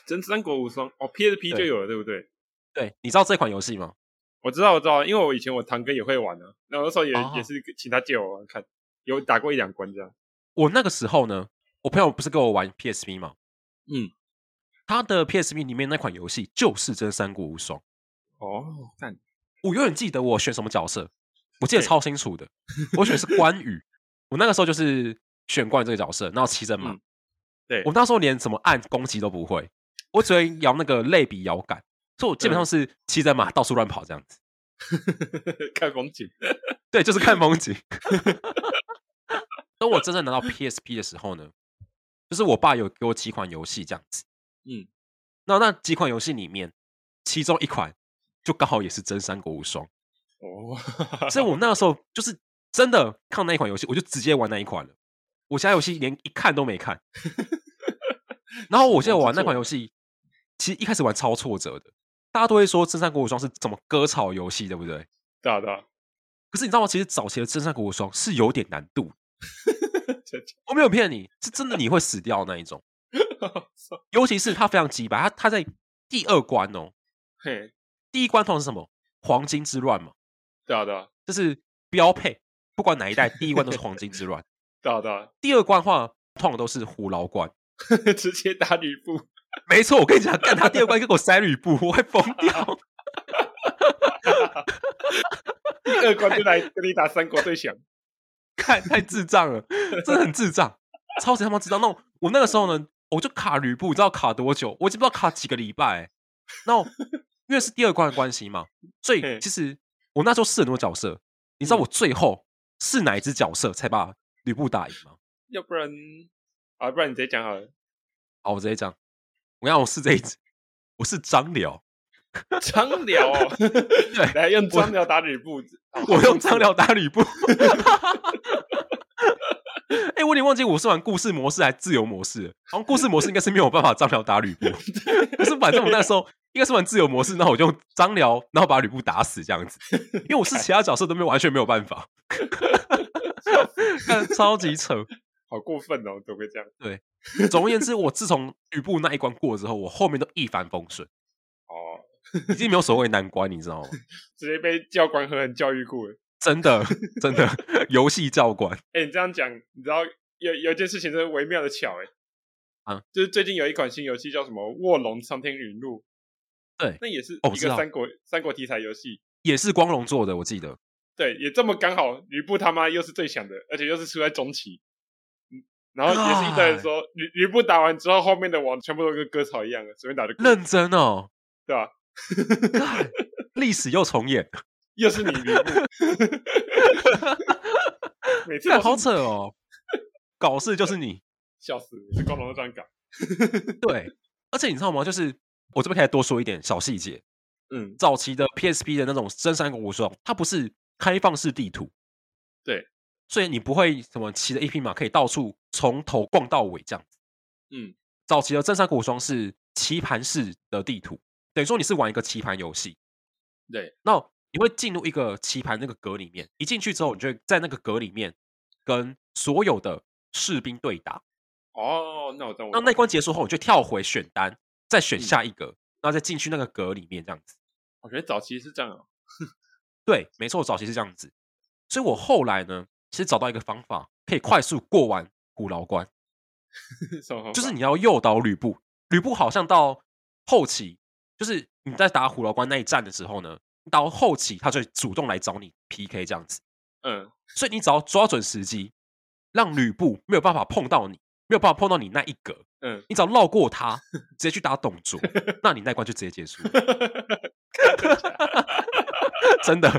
Speaker 2: 真三国无双哦，PSP 就
Speaker 1: 对
Speaker 2: 有了，对不对？
Speaker 1: 对，你知道这款游戏吗？
Speaker 2: 我知道，我知道，因为我以前我堂哥也会玩啊，然后那时候也、
Speaker 1: 哦
Speaker 2: 也是请他借我玩看，有打过一两关这样。
Speaker 1: 我那个时候呢，我朋友不是跟我玩 PSP 吗？
Speaker 2: 嗯，
Speaker 1: 他的 PSP 里面那款游戏就是《真三国无双》。 [laughs]
Speaker 2: 哦，看，
Speaker 1: 我永远记得我选什么角色，我记得
Speaker 2: 对
Speaker 1: 超清楚的。我选的是关羽，我那个时候就是选关羽这个角色，然后骑着马。
Speaker 2: 嗯对
Speaker 1: 我那时候连怎么按攻击都不会，我只会摇那个类比摇杆，所以我基
Speaker 2: 嗯
Speaker 1: 本上是骑着马到处乱跑这样子。
Speaker 2: 看风景。
Speaker 1: 对，就是看风景。 [laughs] 等我真正拿到 PSP 的时候呢，就是我爸有给我几款游戏这样子。
Speaker 2: 嗯，
Speaker 1: 那那几款游戏里面，其中一款就刚好也是《真三国无双》。
Speaker 2: 哦， [laughs]
Speaker 1: 所以我那个时候就是真的看那一款游戏，我就直接玩那一款了。我其他游戏连一看都没 [laughs] 看。然后我现在玩那款游戏，其实一开始玩超挫折的。大家都会说《真三国无双》是怎么割草游戏，对不对？
Speaker 2: 对啊对 [laughs] 啊，
Speaker 1: 可是你知道吗？其实早期的真三国无双是有点难度，
Speaker 2: 真的
Speaker 1: 我没有骗你，是真的你会死掉的那一种。尤其是它非常鸡白，它它在第二关哦，
Speaker 2: [laughs] 嘿，
Speaker 1: 第一关通常是什么？黄金之乱嘛，
Speaker 2: 对啊对啊
Speaker 1: 这是标配，不管哪一代，第一关都是黄金之乱。
Speaker 2: 对啊对啊，
Speaker 1: 第二关的话，通常都是虎牢关。
Speaker 2: [laughs] 直接打吕布，
Speaker 1: 没错，我跟你讲，干他第二关给我塞吕布，我会疯掉。
Speaker 2: 第二关就来跟你打三国
Speaker 1: [laughs]
Speaker 2: 最强，
Speaker 1: 看太智障了，真的很智障，超级他妈智障。那我我那个时候呢，我就卡吕布，你知道卡多久？我已经不知道卡几个礼拜、欸。那我因为是第二关的关系嘛，所以
Speaker 2: 嗯
Speaker 1: 其实我那时候试很多角色，你知道我最后是哪一只角色才把吕布打赢吗？
Speaker 2: 要不然啊，不然你直接讲好了，
Speaker 1: 好，我直接讲，我让我试这一只，我是张辽，
Speaker 2: 张辽 [laughs] 哦，来用张辽打吕布，好
Speaker 1: [laughs] 我用张辽，打吕布。 [laughs] 哎、我有点忘记我是玩故事模式还是自由模式了。好像故事模式应该是没有办法张辽打吕布， [laughs] 可是反正我那时候应该是玩自由模式，然后我就用张辽，然后把吕布打死这样子。因为我是其他角色都没有完全没有办法，但超级扯。
Speaker 2: [laughs] 好过分哦，怎么会这样？
Speaker 1: 总而言之，我自从吕布那一关过之后，我后面都一帆风顺，
Speaker 2: 哦，
Speaker 1: 已经没有所谓难关，你知道吗？
Speaker 2: 直接被教官狠狠教育过了。
Speaker 1: 真的，真的，游戏教官。
Speaker 2: 哎、你这样讲，你知道有有一件事情真是微妙的巧哎、
Speaker 1: 啊，
Speaker 2: 就是最近有一款新游戏叫什么《卧龙苍天陨落》，
Speaker 1: 对
Speaker 2: 那也是
Speaker 1: 哦我
Speaker 2: 一
Speaker 1: 知
Speaker 2: 个
Speaker 1: 道
Speaker 2: 三国、三国题材游戏，
Speaker 1: 也是光荣做的，我记得。
Speaker 2: 对，也这么刚好，吕布他妈又是最强的，而且又是出在中期，嗯，然后也是一堆人说吕吕布打完之后，后面的王全部都跟割草一样了，随便打就过，
Speaker 1: 认真哦，
Speaker 2: 对啊吧、
Speaker 1: 干历史又重
Speaker 2: [laughs]
Speaker 1: 演，
Speaker 2: 又是你吕布，
Speaker 1: [laughs]
Speaker 2: 每次
Speaker 1: 干
Speaker 2: 都
Speaker 1: 好
Speaker 2: 是
Speaker 1: 扯哦。搞事就是你，
Speaker 2: 笑死，每次光荣都这样搞，
Speaker 1: 对。而且你知道吗？就是我这边可以多说一点小细节。
Speaker 2: 嗯，
Speaker 1: 早期的 PSP 的那种《真三国无双》，它不是开放式地图，
Speaker 2: 对，
Speaker 1: 所以你不会什么骑着一匹马可以到处从头逛到尾这样子。
Speaker 2: 嗯，
Speaker 1: 早期的《真三国无双》是棋盘式的地图，等于说你是玩一个棋盘游戏。
Speaker 2: 对，
Speaker 1: 那你会进入一个棋盘那个格里面，一进去之后，你就会在那个格里面跟所有的士兵对打。
Speaker 2: 哦，那我懂，我
Speaker 1: 那
Speaker 2: 懂
Speaker 1: 那一关结束后，你就跳回选单，再选
Speaker 2: 嗯
Speaker 1: 下一格，然后再进去那个格里面这样子。
Speaker 2: 我觉得早期是这样哦， [laughs]
Speaker 1: 对，没错，早期是这样子。所以我后来呢，其实找到一个方法，可以快速过完虎牢关，
Speaker 2: 什么方法
Speaker 1: 就是你要诱导吕布。吕布好像到后期，就是你在打虎牢关那一战的时候呢，到后期他就会主动来找你 PK 这样子。
Speaker 2: 嗯，
Speaker 1: 所以你只要抓准时机，让吕布没有办法碰到你，没有办法碰到你那一格，
Speaker 2: 嗯，
Speaker 1: 你只要绕过他，直接去打董卓，那你那一关就直接结束了，真的，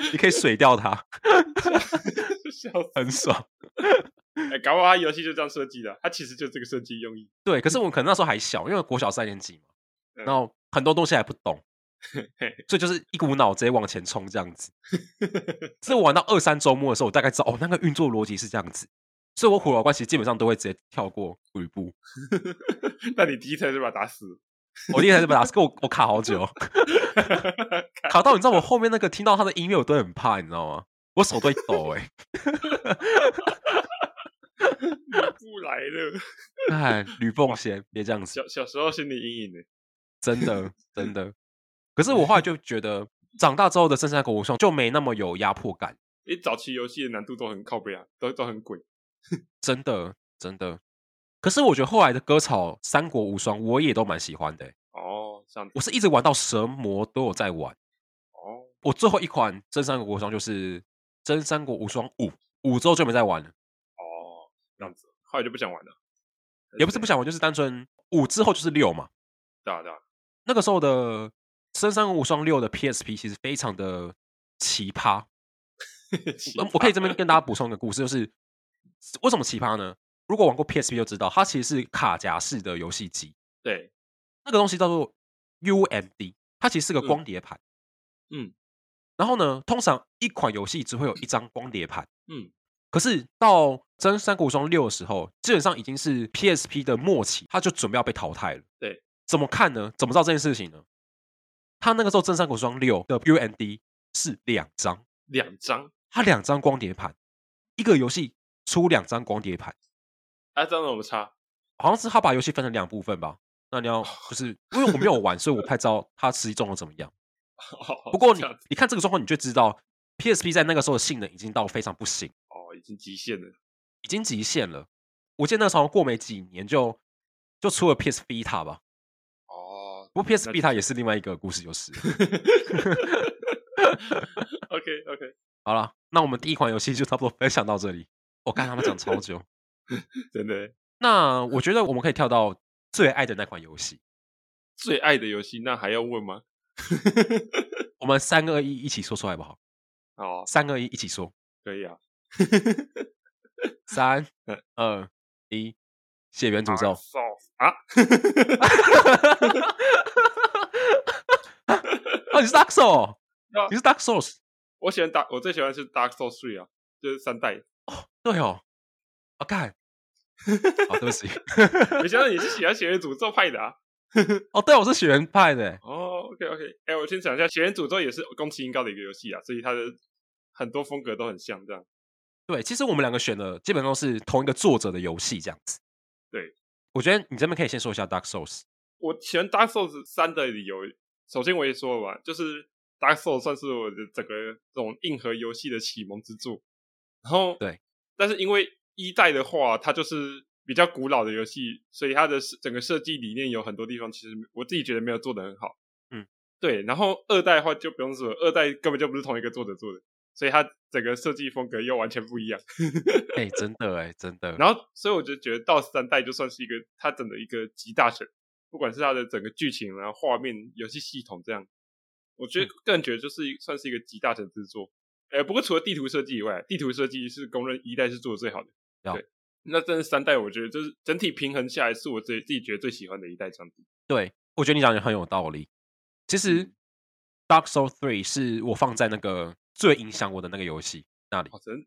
Speaker 1: [laughs] 你可以水掉他，
Speaker 2: 笑死！
Speaker 1: 很爽。
Speaker 2: 哎，搞不好他游戏就这样设计的，他其实就这个设计用意。
Speaker 1: 对，可是我可能那时候还小，因为国小三年级嘛，
Speaker 2: 嗯
Speaker 1: 然后很多东西还不懂
Speaker 2: [laughs] 嘿，
Speaker 1: 所以就是一股脑直接往前冲这样
Speaker 2: [laughs]
Speaker 1: 子。所以我玩到二三周末的时候，我大概知道哦，那个运作逻辑是这样子，所以我虎牢关其实基本上都会直接跳过吕布。
Speaker 2: 那你第一次就把他打死，
Speaker 1: 我第一台就被
Speaker 2: [laughs]
Speaker 1: 打死，给我我卡好久，卡到你知道我后面那个听到他的音乐我都会很怕，你知道吗？我手都会抖哎、
Speaker 2: 不来了。
Speaker 1: 欸，哎，吕奉先别这样子，
Speaker 2: 小小时候心理阴影呢？
Speaker 1: 真的真的。可是
Speaker 2: [laughs]
Speaker 1: 我后来就觉得，长大之后的《真三国无双》就没那么有压迫感，
Speaker 2: 诶，早期游戏的难度都很靠背啊，都都很鬼。
Speaker 1: 真的真的。可是我觉得后来的割草《三国无双》我也都蛮喜欢的欸、
Speaker 2: 哦，这样子
Speaker 1: 我是一直玩到蛇魔都有在玩。
Speaker 2: 哦，
Speaker 1: 我最后一款《真三国无双》就是《真三国无双五》，五之后就没再玩了。
Speaker 2: 哦，这样子，后来就不想玩了。
Speaker 1: 也不是不想玩，就是单纯五之后就是六嘛。
Speaker 2: 打
Speaker 1: [laughs]
Speaker 2: 打，
Speaker 1: 那个时候的《深山无双六》的 PSP 其实非常的奇葩。
Speaker 2: 奇
Speaker 1: 我
Speaker 2: 葩
Speaker 1: 我可以这边跟大家补充一个故事，就是为什么奇葩呢？如果玩过 PSP 就知道，它其实是卡夹式的游戏机，
Speaker 2: 对，
Speaker 1: 那个东西叫做 UMD，它其实是个
Speaker 2: 嗯
Speaker 1: 光碟盘。
Speaker 2: 嗯
Speaker 1: 然后呢，通常一款游戏只会有一张光碟盘。
Speaker 2: 嗯，
Speaker 1: 可是到《真三国无双六》的时候，基本上已经是 PSP 的末期，它就准备要被淘汰了。
Speaker 2: 对，
Speaker 1: 怎么看呢？怎么知道这件事情呢？他那个时候《真三国无双六》的 UND 是两张，
Speaker 2: 两张，
Speaker 1: 它两张光碟盘，一个游戏出两张光碟盘，
Speaker 2: 啊，这样怎么差？
Speaker 1: 好像是他把游戏分成两部分吧。那你要就是因为我 [laughs] 没有玩，所以我不太知道它实际状况怎么样。不
Speaker 2: 不
Speaker 1: 过你你哦看这个状况，你就知道 PSP 在那个时候的性能已经到非常不行，
Speaker 2: 哦，已经极限了。
Speaker 1: 已经极限了。我记得那时候过没几年就就出了 PS Vita 吧， [laughs]
Speaker 2: 哦
Speaker 1: 不过 PS
Speaker 2: 那
Speaker 1: Vita 也嗯是另外一个故事，就是了
Speaker 2: ，OK
Speaker 1: [laughs]
Speaker 2: OK，
Speaker 1: 好了。那我们第一款游戏就差不多分享到这里。我看他们讲超久，
Speaker 2: 真的欸
Speaker 1: 那我觉得我们可以跳到最爱的那款游戏，
Speaker 2: 最爱的游戏，那还要问吗？
Speaker 1: [laughs] 我们三二一一起说出来好不好？
Speaker 2: 哦，
Speaker 1: 三二一一起说，
Speaker 2: 可
Speaker 1: [laughs]
Speaker 2: 以啊。
Speaker 1: 三
Speaker 2: 嗯
Speaker 1: 二一，血缘诅
Speaker 2: [laughs]
Speaker 1: 咒。
Speaker 2: 啊， [laughs]
Speaker 1: 哦，你是 Dark Souls，
Speaker 2: [laughs] 对啊
Speaker 1: 你是 Dark Souls，
Speaker 2: 我喜欢打，我最喜欢是 Dark Souls Three 啊，就是三代。
Speaker 1: [laughs] 对哦。啊，干，哦好，对不起。
Speaker 2: [laughs] 没想到你是喜欢血缘诅咒派的啊。
Speaker 1: 哦，对，我是血缘派的。欸
Speaker 2: 哦，OK OK，哎、我先讲一下，血缘诅咒也是宫崎英高的一个游戏啊，所以它的很多风格都很像这样。
Speaker 1: 对，其实我们两个选的基本上是同一个作者的游戏这样子。
Speaker 2: 对，
Speaker 1: 我觉得你这边可以先说一下 Dark Souls。
Speaker 2: 我喜欢 Dark Souls 三的理由，首先我也说了吧，就是 Dark Souls 算是我的整个这种硬核游戏的启蒙之作。然后
Speaker 1: 对，
Speaker 2: 但是因为一代的话，它就是比较古老的游戏，所以它的整个设计理念有很多地方，其实我自己觉得没有做得很好。
Speaker 1: 嗯，
Speaker 2: 对。然后二代的话就不用说了，二代根本就不是同一个作者做的，所以它整个设计风格又完全不一样。
Speaker 1: 哎，真的哎，真的。
Speaker 2: 然后，所以我就觉得到三代就算是一个它整的一个集大成，不管是它的整个剧情啊、画面、游戏系统这样，我觉得个人觉得就是一算是一个集大成之作。呃，不过除了地图设计以外，地图设计是公认一代是做的最好的。
Speaker 1: 了
Speaker 2: 对，那真的三代，我觉得就是整体平衡下来，是我自己自己觉得最喜欢的一代这样子。
Speaker 1: 对，我觉得你讲的很有道理。其实《Dark
Speaker 2: 嗯
Speaker 1: Souls Three》是我放在那个最影响我的那个游戏那里。
Speaker 2: 好真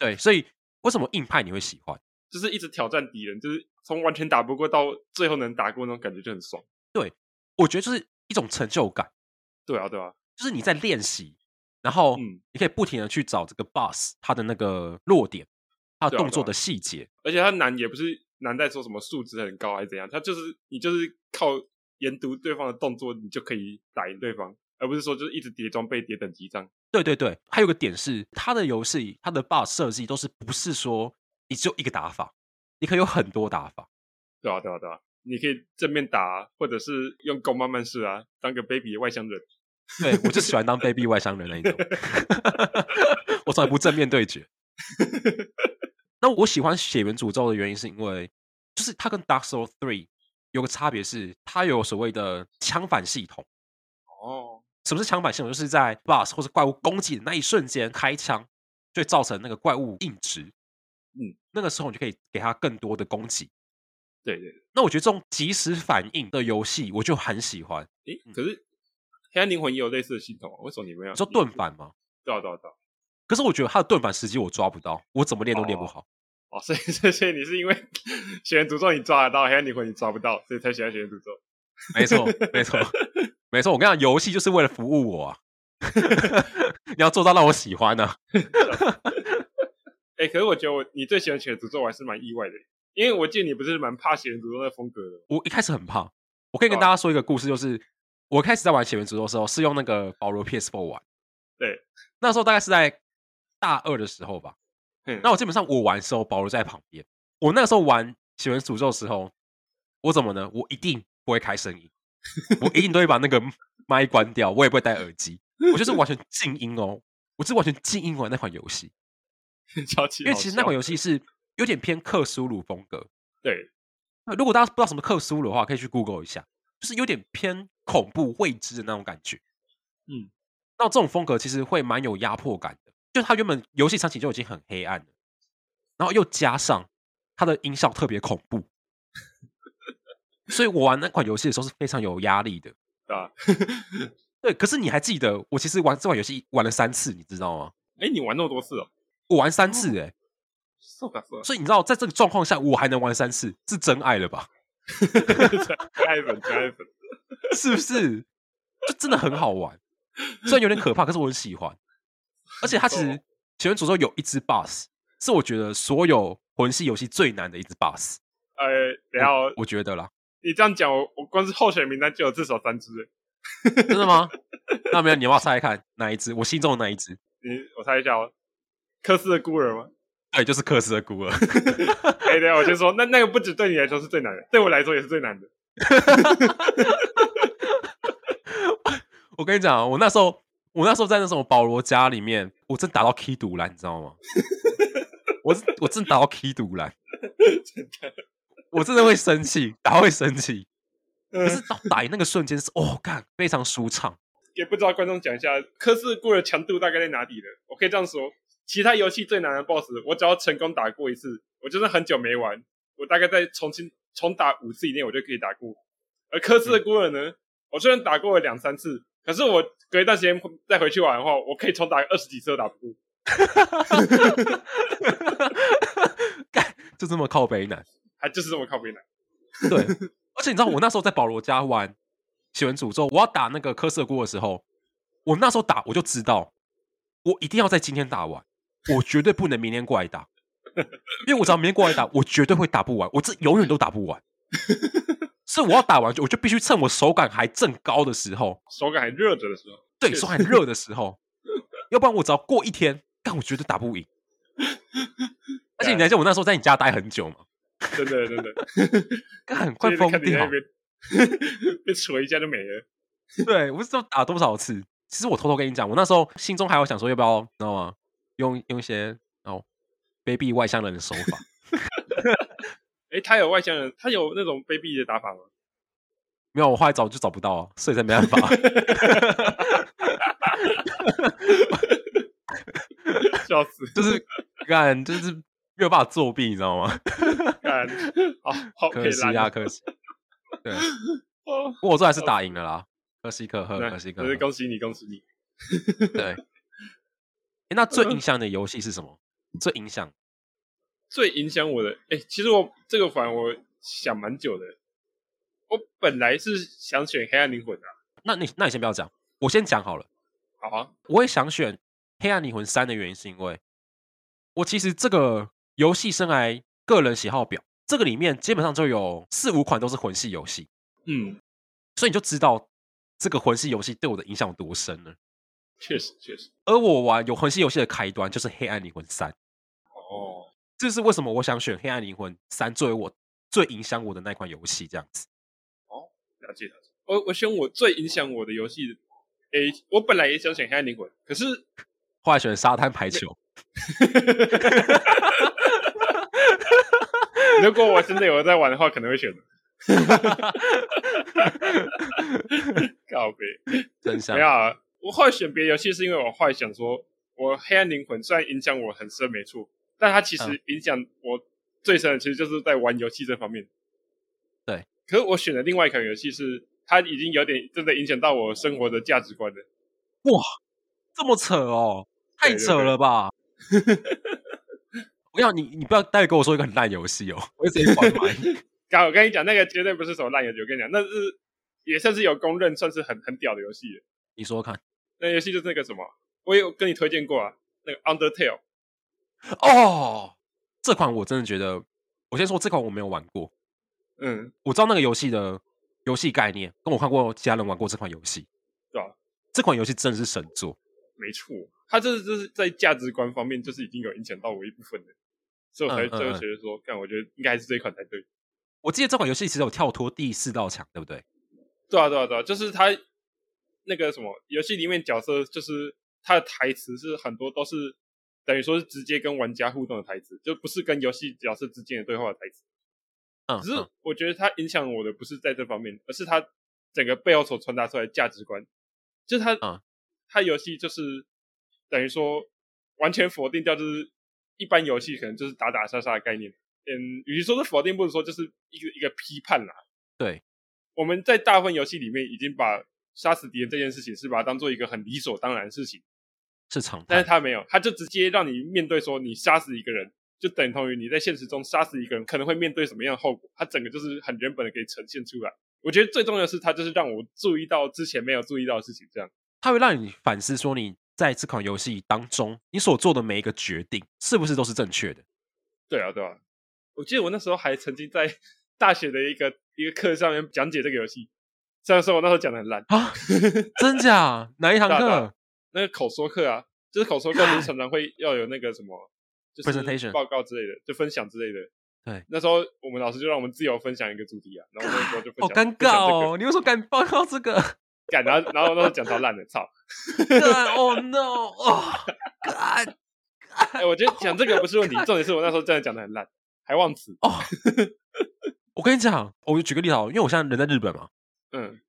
Speaker 1: 对，所以为什么硬派你会喜欢？
Speaker 2: [laughs] 就是一直挑战敌人，就是从完全打不过到最后能打过那种感觉就很爽。
Speaker 1: 我觉得就是一种成就感，
Speaker 2: 对啊，对啊，
Speaker 1: 就是你在练习，然后
Speaker 2: 嗯
Speaker 1: 你可以不停的去找这个 boss 他的那个弱点，他的
Speaker 2: 对啊
Speaker 1: 动作
Speaker 2: 对啊
Speaker 1: 的细节。
Speaker 2: 而且它难也不是难在说什么数值很高还是怎样，它就是你就是靠研读对方的动作，你就可以打赢对方，而不是说就是一直叠装备、叠等级这样。
Speaker 1: 对对对，还有个点是，他的游戏他的 boss 设计都是不是说你只有一个打法，你可以有很多打法。
Speaker 2: 对啊，对啊，对啊，你可以正面打啊，或者是用弓慢慢试啊，当个 baby 的外
Speaker 1: [laughs]
Speaker 2: 乡人。
Speaker 1: 对我就喜欢当卑鄙外乡人那
Speaker 2: [laughs]
Speaker 1: 一种， [laughs] 我从来不正面对决。那我喜欢血缘诅咒的原因是因为，就是它跟 Dark Souls Three 有个差别是，它有所谓的枪反系统。
Speaker 2: 哦，
Speaker 1: 什么是枪反系统？就是在 boss 或者怪物攻击的那一瞬间开枪，就会造成那个怪物硬直。
Speaker 2: 嗯，
Speaker 1: 那个时候你就可以给它更多的攻击。
Speaker 2: 对对
Speaker 1: 那我觉得这种即时反应的游戏，我就很喜欢。
Speaker 2: 对，诶，可是黑暗灵魂也有类似的系统啊，为什么你们要？
Speaker 1: 嗯你说盾反吗？
Speaker 2: 对啊？对啊，对啊，
Speaker 1: 可是我觉得它的盾反时机我抓不到，我怎么练都练不
Speaker 2: 哦
Speaker 1: 好。
Speaker 2: 哦，所以所以所以你是因为 [laughs] 血缘诅咒你抓得到，黑暗灵魂你抓不到，所以才喜欢血缘诅咒。
Speaker 1: 没错，没错，没错。我跟你讲，游戏就是为了服务我啊！ [laughs] 你要做到让我喜欢啊！
Speaker 2: 哎、可是我觉得我你最喜欢血人诅咒，我还是蛮意外的，因为我记得你不是蛮怕血人诅咒那风格的吗。
Speaker 1: 我一开始很怕。我可以跟
Speaker 2: 啊
Speaker 1: 大家说一个故事，就是我开始在玩《血缘诅咒》的时候，是用那个保罗 PS4 玩。
Speaker 2: 对，
Speaker 1: 那时候大概是在大二的时候吧。
Speaker 2: 嗯
Speaker 1: 那我基本上我玩的时候，保罗在旁边。我那个时候玩《血缘诅咒》的时候，我怎么呢？我一定不会开声音，我一定都会把那个麦关掉，我也不会戴耳机，我就是完全静音哦，我是完全静音玩那款游戏。
Speaker 2: [laughs] 超级
Speaker 1: 因为其实那款
Speaker 2: 有
Speaker 1: 游戏是有点偏克苏鲁风格。
Speaker 2: 对
Speaker 1: 那如果大家不知道什么克苏鲁的话，可以去 Google 一下，就是有点偏恐怖未知的那种感觉。
Speaker 2: 嗯，
Speaker 1: 那这种风格其实会蛮有压迫感的，就它原本游戏场景就已经很黑暗了，然后又加上它的音效特别恐怖，所以我玩那款游戏的时候是非常有压力的。
Speaker 2: 啊， [laughs]
Speaker 1: 对，可是你还记得我其实玩这款游戏玩了三次，你知道吗？
Speaker 2: 哎、你玩那么多次哦，
Speaker 1: 我玩三次哎、
Speaker 2: 受不了，
Speaker 1: 所以你知道在这个状况下我还能玩三次，是真爱了吧？ [laughs]
Speaker 2: [laughs] 加一粉加一粉，
Speaker 1: 是不是？就真的很好玩。虽然有点可怕，可是我很喜欢。而且它其实《起源诅咒》有一只 boss，是我觉得所有魂系游戏最难的一只 boss。
Speaker 2: 呃，等一下哦
Speaker 1: 我觉得啦，
Speaker 2: 你这样讲，我我光是候选名单就有至少三只了。
Speaker 1: 真的吗？ [laughs] 那没有，你要不要猜猜看哪一只？我心中的那一只，
Speaker 2: 你我猜一下哦，科斯的孤儿吗？
Speaker 1: 对，就是克斯的孤儿。
Speaker 2: 哎、等一下我先说，那那个不止对你来说是最难的，对我来说也是最难的。 [laughs]
Speaker 1: 我跟你讲啊，我那时候，我那时候在那什么保罗家里面，我真打到 K 毒蓝，你知道吗？我是我真打到 K 毒蓝，
Speaker 2: 真的，
Speaker 1: 我真的会生气，打到会生气。可是
Speaker 2: 嗯，
Speaker 1: 到打赢那个瞬间是，哦，干，非常舒畅。 [laughs]
Speaker 2: 也不知道观众讲一下科斯的孤儿的强度大概在哪里了。我可以这样说，其他游戏最难的 BOSS，我只要成功打过一次，我就算很久没玩，我大概再重新重打五次以内，我就可以打过。而科斯的孤儿呢，我虽然打过了两三次，可是我隔一段时间再回去玩的话，我可以重打二十几次都打不过。
Speaker 1: 干，就这么靠北难。
Speaker 2: 还就是这么靠边难。
Speaker 1: 对，而且你知道我那时候在保罗家玩《血文诅咒》，我要打那个科瑟菇的时候，我那时候打我就知道，我一定要在今天打完，我绝对不能明天过来打，因为我只要明天过来打，我绝对会打不完，我这永远都打不完。所以我要打完，就我就必须趁我手感还正高的时候，
Speaker 2: 手感还热着的时候，
Speaker 1: 对
Speaker 2: 确实
Speaker 1: 手感热的时候，要不然我只要过一天，但我绝对打不赢。而且你还记得我那时候在你家待很久嘛？
Speaker 2: 真的真的，
Speaker 1: 干，快
Speaker 2: 就是
Speaker 1: 疯
Speaker 2: 看你在那
Speaker 1: 掉！
Speaker 2: 边被锤一下就没了。
Speaker 1: 对，我不知道打多少次。其实我偷偷跟你讲，我那时候心中还有想说，要不要，你知道吗？用用一些哦卑鄙外乡人的手法。
Speaker 2: 诶，哎他有外乡人，他有那种卑鄙的打法吗？
Speaker 1: 没有，我后来找就找不到啊，所以才没办法。[laughs]
Speaker 2: 笑死，
Speaker 1: 就是干，就是没有办法作弊，你知道
Speaker 2: [laughs]
Speaker 1: 吗？
Speaker 2: 看，
Speaker 1: [laughs]
Speaker 2: 好好
Speaker 1: 可惜
Speaker 2: 可以
Speaker 1: 啊，
Speaker 2: 啦
Speaker 1: 可惜。对，
Speaker 2: 哦，
Speaker 1: 不过我最后还是打赢了啦，可惜可贺，
Speaker 2: 那
Speaker 1: 可惜可
Speaker 2: 就是
Speaker 1: 贺。
Speaker 2: 恭喜你，恭喜你。 [laughs]
Speaker 1: 对。诶那最
Speaker 2: 嗯
Speaker 1: 影响的游戏是什么？最影响
Speaker 2: 最影响我的，诶，其实我这个反我想蛮久的。我本来是想选黑暗灵魂的、啊
Speaker 1: 那你那你先不要讲，我先讲好了。
Speaker 2: 好啊，
Speaker 1: 我也想选《黑暗灵魂三》的原因是因为，我其实这个游戏生涯个人喜好表，这个里面基本上就有四五款都是魂系游戏，
Speaker 2: 嗯，
Speaker 1: 所以你就知道这个魂系游戏对我的影响有多深了。
Speaker 2: 确实确实，
Speaker 1: 而我玩有魂系游戏的开端就是《黑暗灵魂三》，
Speaker 2: 哦，
Speaker 1: 这是为什么我想选《黑暗灵魂三》作为我最影响我的那款游戏这样子。
Speaker 2: 了解了解。我我选我最影响我的游戏，诶，我本来也想选黑暗灵魂，可是
Speaker 1: 后来选沙滩排球，
Speaker 2: 如果我真的有在玩的话，可能会选
Speaker 1: [laughs]
Speaker 2: [laughs] 的。告别，
Speaker 1: 真相
Speaker 2: 没有啊，我后来选别的游戏是因为我后来想说，我黑暗灵魂虽然影响我很深，没错，但它其实影响我最深的，其实就是在玩游戏这方面。
Speaker 1: 对，
Speaker 2: 可是我选的另外一款游戏是，它已经有点真的影响到我生活的价值观了。
Speaker 1: 这么扯哦，太
Speaker 2: 对对
Speaker 1: 扯
Speaker 2: 对
Speaker 1: 了吧！我跟你讲，你你不要待会跟我说一个很烂游戏哦，我会直接关麦。
Speaker 2: 刚我跟你讲，那个绝对不是什么烂游戏，我跟你讲，那是也算是有公认，算是很很屌的游戏了。
Speaker 1: 你说说看
Speaker 2: 那游戏就是那个什么，我有跟你推荐过啊，那个 Undertale。
Speaker 1: 哦，这款我真的觉得，我先说这款我没有玩过，
Speaker 2: 嗯，
Speaker 1: 我知道那个游戏的游戏概念，跟我看过其他人玩过这款游戏，
Speaker 2: 对啊
Speaker 1: 这款游戏真的是神作，
Speaker 2: 没错，他这就是在价值观方面，就是已经有影响到我一部分了，所以我才
Speaker 1: 嗯嗯
Speaker 2: 最后
Speaker 1: 嗯
Speaker 2: 觉得说，看、我觉得应该还是这一款才对。
Speaker 1: 我记得这款游戏其实有跳脱第四道墙，对不对？
Speaker 2: 对啊，对啊，对啊，就是他那个什么游戏里面角色，就是他的台词是很多都是等于说是直接跟玩家互动的台词，就不是跟游戏角色之间的对话的台词。
Speaker 1: 嗯，
Speaker 2: 只是
Speaker 1: 嗯
Speaker 2: 我觉得它影响我的不是在这方面，而是它整个背后所传达出来的价值观，就是它、
Speaker 1: 嗯
Speaker 2: 它游戏就是等于说完全否定掉，就是一般游戏可能就是打打杀杀的概念。嗯，与其说是否定，不如说就是一个一个批判啦。
Speaker 1: 对，
Speaker 2: 我们在大部分游戏里面已经把杀死敌人这件事情是把它当做一个很理所当然的事情，
Speaker 1: 是常
Speaker 2: 但
Speaker 1: 态
Speaker 2: 是，他没有，他就直接让你面对说你杀死一个人，就等同于你在现实中杀死一个人可能会面对什么样的后果，他整个就是很原本的给呈现出来。我觉得最重要的是，他就是让我注意到之前没有注意到的事情，这样
Speaker 1: 它会让你反思说你在这款游戏当中你所做的每一个决定是不是都是正确的。
Speaker 2: 对啊，对啊。我记得我那时候还曾经在大学的一个一个课上面讲解这个游戏，虽然说我那时候讲的很烂， [laughs]
Speaker 1: 啊，真假？哪一堂
Speaker 2: 大大
Speaker 1: 课？
Speaker 2: 那个口说课啊，就是口说课，就是常常会要有那个什么，就是
Speaker 1: Presentation
Speaker 2: 报告之类的，就分享之类的。
Speaker 1: 对，
Speaker 2: 那时候我们老师就让我们自由分享一个主题啊，然后我那时候就分
Speaker 1: 好
Speaker 2: 享，
Speaker 1: 尴
Speaker 2: 分享
Speaker 1: 尬
Speaker 2: 这个
Speaker 1: 哦！你为什么敢报告这个？ [laughs]
Speaker 2: 干，然后然后那时候讲超烂的，操！
Speaker 1: 干哦 no！哦，干
Speaker 2: 哎、我觉得讲这个不是问题，重点是我那时候真的讲的很烂，还忘词。
Speaker 1: 哦我跟你讲，我举个例子好哦了，因为我现在人在日本嘛，
Speaker 2: 嗯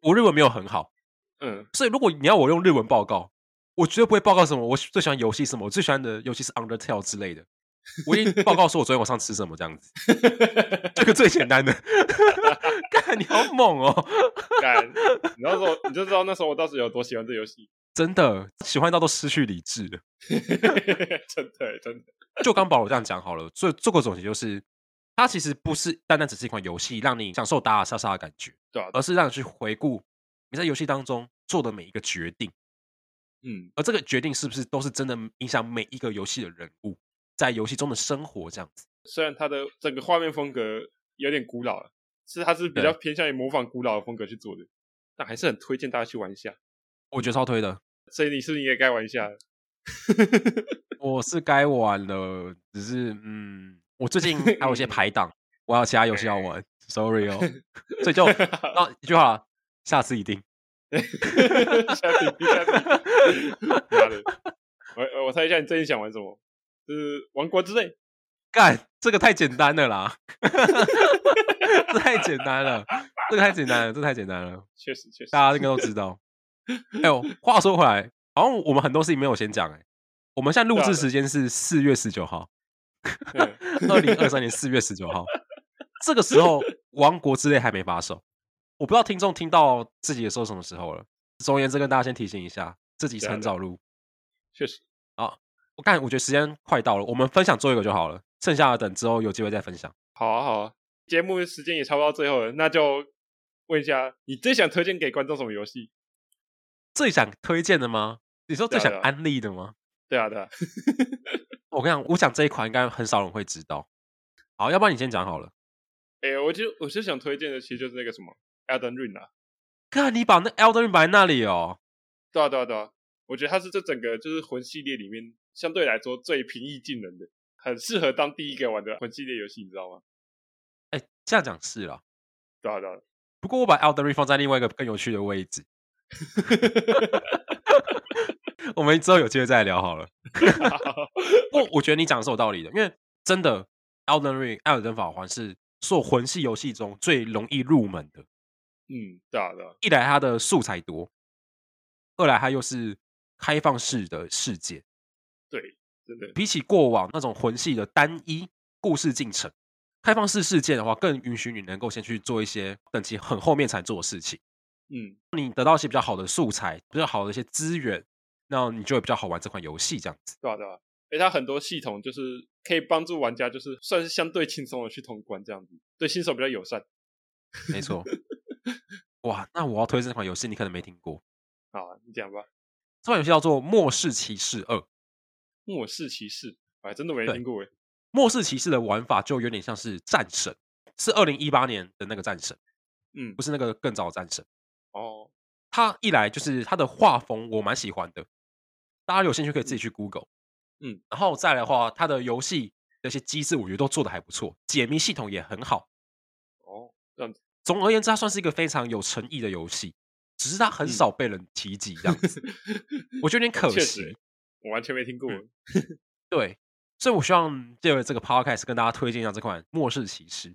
Speaker 1: 我日文没有很好，
Speaker 2: 嗯， [laughs]
Speaker 1: 所以如果你要我用日文报告，我绝对不会报告什么我最喜欢游戏什么，我最喜欢的游戏是 Undertale 之类的。我一
Speaker 2: [laughs]
Speaker 1: 定报告说我昨天晚上吃什么这样子，这个最简单的。 [laughs] 干，你好猛哦！
Speaker 2: 干，你那时候你就知道那时候我当时有多喜欢这游戏， [laughs]
Speaker 1: 真的喜欢到都失去理智了。
Speaker 2: 真的真的。
Speaker 1: 就刚保罗这样讲好了，所以做个总结就是，它其实不是单单只是一款游戏，让你享受打打杀杀的感觉，
Speaker 2: 对啊
Speaker 1: 而是让你去回顾你在游戏当中做的每一个决定，
Speaker 2: 嗯，
Speaker 1: 而这个决定是不是都是真的影响每一个游戏的人物在游戏中的生活这样子。
Speaker 2: 虽然它的整个画面风格有点古老了，是它是比较偏向于模仿古老的风格去做的，但还是很推荐大家去玩一下。
Speaker 1: 我觉得超推的，
Speaker 2: 所以你是不是也该玩一 [laughs] 下了？
Speaker 1: 我是该玩了，只是嗯，我最近还有一
Speaker 2: [laughs]
Speaker 1: 些排档，我还有其他游戏
Speaker 2: 哎
Speaker 1: 要玩，sorry [laughs] 哦，所以就那一句话啦，下次一定。
Speaker 2: 下次你下次你妈的！我我猜一下，你最近想玩什么？就是《王国之泪》。
Speaker 1: 干，这个太简单了啦， [laughs] 这太简单了，这个太简单了，这个太简单了，
Speaker 2: 确实确实，
Speaker 1: 大家应该都知道。哎呦，话说回来，好像我们很多事情没有先讲哎、我们现在录
Speaker 2: 对
Speaker 1: 制
Speaker 2: 啊
Speaker 1: 时间是四月十九号，
Speaker 2: 嗯
Speaker 1: 二零二三年四月十九号，这个时候《王国之泪》还没发售，我不知道听众听到自己的时候什么时候了。总而言之，跟大家先提醒一下，这集是
Speaker 2: 对啊
Speaker 1: 很
Speaker 2: 对啊
Speaker 1: 早录，
Speaker 2: 确实
Speaker 1: 我干，我觉得时间快到了，我们分享最后一个就好了，剩下的等之后有机会再分享。
Speaker 2: 好啊好啊。节目时间也差不多到最后了，那就问一下，你最想推荐给观众什么游戏？
Speaker 1: 最想推荐的吗？你说最
Speaker 2: 对啊
Speaker 1: 想
Speaker 2: 对啊
Speaker 1: 安利的吗？
Speaker 2: 对啊对啊，
Speaker 1: 我跟你讲，我想这一款应该很少人会知道。好，要不然你先讲好了。
Speaker 2: 哎、我就我就想推荐的其实就是那个什么《Elden Ring》啊，
Speaker 1: 哥，你把那 Elden Ring 摆在那里哦。
Speaker 2: 对啊对啊对啊，我觉得它是这整个就是魂系列里面相对来说最平易近人的，很适合当第一个玩的魂系列游戏，你知道吗？
Speaker 1: 哎，这样讲是啦。
Speaker 2: 对啊对 [laughs] 啊，
Speaker 1: 不过我把 Elden Ring 放在另外一个更有趣的位置，我们之后有机会再聊好了。不过我觉得你讲的是有道理的，因为真的 Elden Ring 艾尔登法环是所有魂系游戏中最容易入门的。
Speaker 2: 嗯，对啊对啊，
Speaker 1: 一来它的素材多，二来它又是开放式的世界，
Speaker 2: 对，真的，
Speaker 1: 比起过往那种魂系的单一故事进程，开放式世界的话，更允许你能够先去做一些等级很后面才做的事情。
Speaker 2: 嗯，
Speaker 1: 你得到一些比较好的素材，比较好的一些资源，那你就会比较好玩这款游戏这样子。
Speaker 2: 对啊对啊。而且它很多系统就是可以帮助玩家，就是算是相对轻松的去通关这样子，对新手比较友善。
Speaker 1: 没错。哇，那我要推荐这款游戏，你可能没听过。
Speaker 2: 好啊，你讲吧。
Speaker 1: 这款游戏叫做《末世骑士二》。《
Speaker 2: 末世骑士，我还真的没
Speaker 1: 对
Speaker 2: 听过诶。
Speaker 1: 末世骑士》的玩法就有点像是战神，是二零一八年的那个战神，
Speaker 2: 嗯
Speaker 1: 不，是那个更早的战神。
Speaker 2: 哦，
Speaker 1: 它一来就是它的画风我蛮喜欢的，大家有兴趣可以自己去 Google。
Speaker 2: 嗯，
Speaker 1: 然后再来的话，它的游戏的一些机制我觉得都做的还不错，解谜系统也很好。
Speaker 2: 哦，
Speaker 1: 总而言之，它算是一个非常有诚意的游戏，只是它很
Speaker 2: 嗯哦
Speaker 1: 少被人提及这样子，我觉得有点
Speaker 2: [laughs]
Speaker 1: 可
Speaker 2: 确
Speaker 1: 惜
Speaker 2: 实。我完全没听过。
Speaker 1: 嗯对，所以我希望借由这个 podcast 跟大家推荐一下这款《末世骑士》，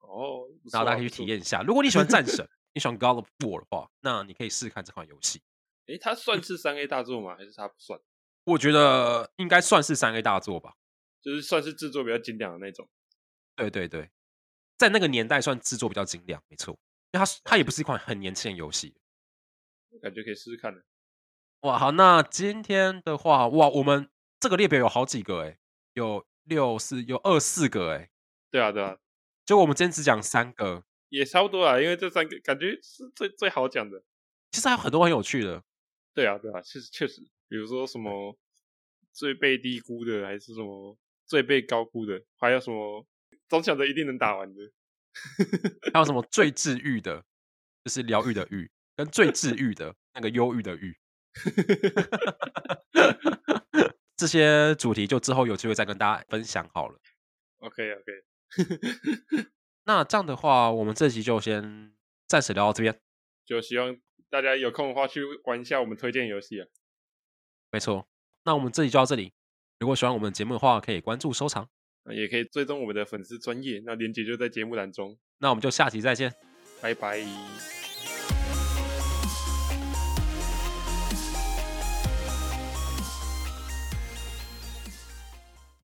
Speaker 2: 哦，不错
Speaker 1: 然
Speaker 2: 啊
Speaker 1: 后大家可以去体。验一下。如果你喜欢战神，你喜欢 God of War 的话，那你可以试试看这款游戏。
Speaker 2: 哎，诶它算是三 A 大作吗？还是它不算？
Speaker 1: 我觉得应该算是三 A 大作吧。
Speaker 2: 就是算是制作比较精良的那种。
Speaker 1: 对对对，在那个年代算制作比较精良，没错，因为它是它也不是一款很年轻的游戏。
Speaker 2: 感觉可以试试看的。
Speaker 1: 哇，好，那今天的话，哇，我们这个列表有好几个诶，有六四有二四个诶，
Speaker 2: 对啊，对啊，
Speaker 1: 结果我们今天只讲三个，
Speaker 2: 也差不多啊，因为这三个感觉是最最好讲的。
Speaker 1: 其实还有很多很有趣的，
Speaker 2: 对啊，对啊，确实确实，比如说什么最被低估的，还是什么最被高估的，还有什么总想着一定能打完的， [laughs]
Speaker 1: 还有什么最治愈的，就是疗愈的愈，跟最治愈的那个忧郁的郁。 [laughs] 这些主题就之后有机会再跟大家分享好了。
Speaker 2: OK OK，
Speaker 1: 那这样的话，我们这集就先暂时聊到这边。
Speaker 2: [laughs] 就希望大家有空的话去玩一下我们推荐游戏啊。
Speaker 1: 没错，那我们这集就到这里。如果喜欢我们的节目的话，可以关注收藏。
Speaker 2: 那也可以追踪我们的粉丝专业，那链接就在节目栏中。
Speaker 1: 那我们就下期再见。
Speaker 2: 拜拜。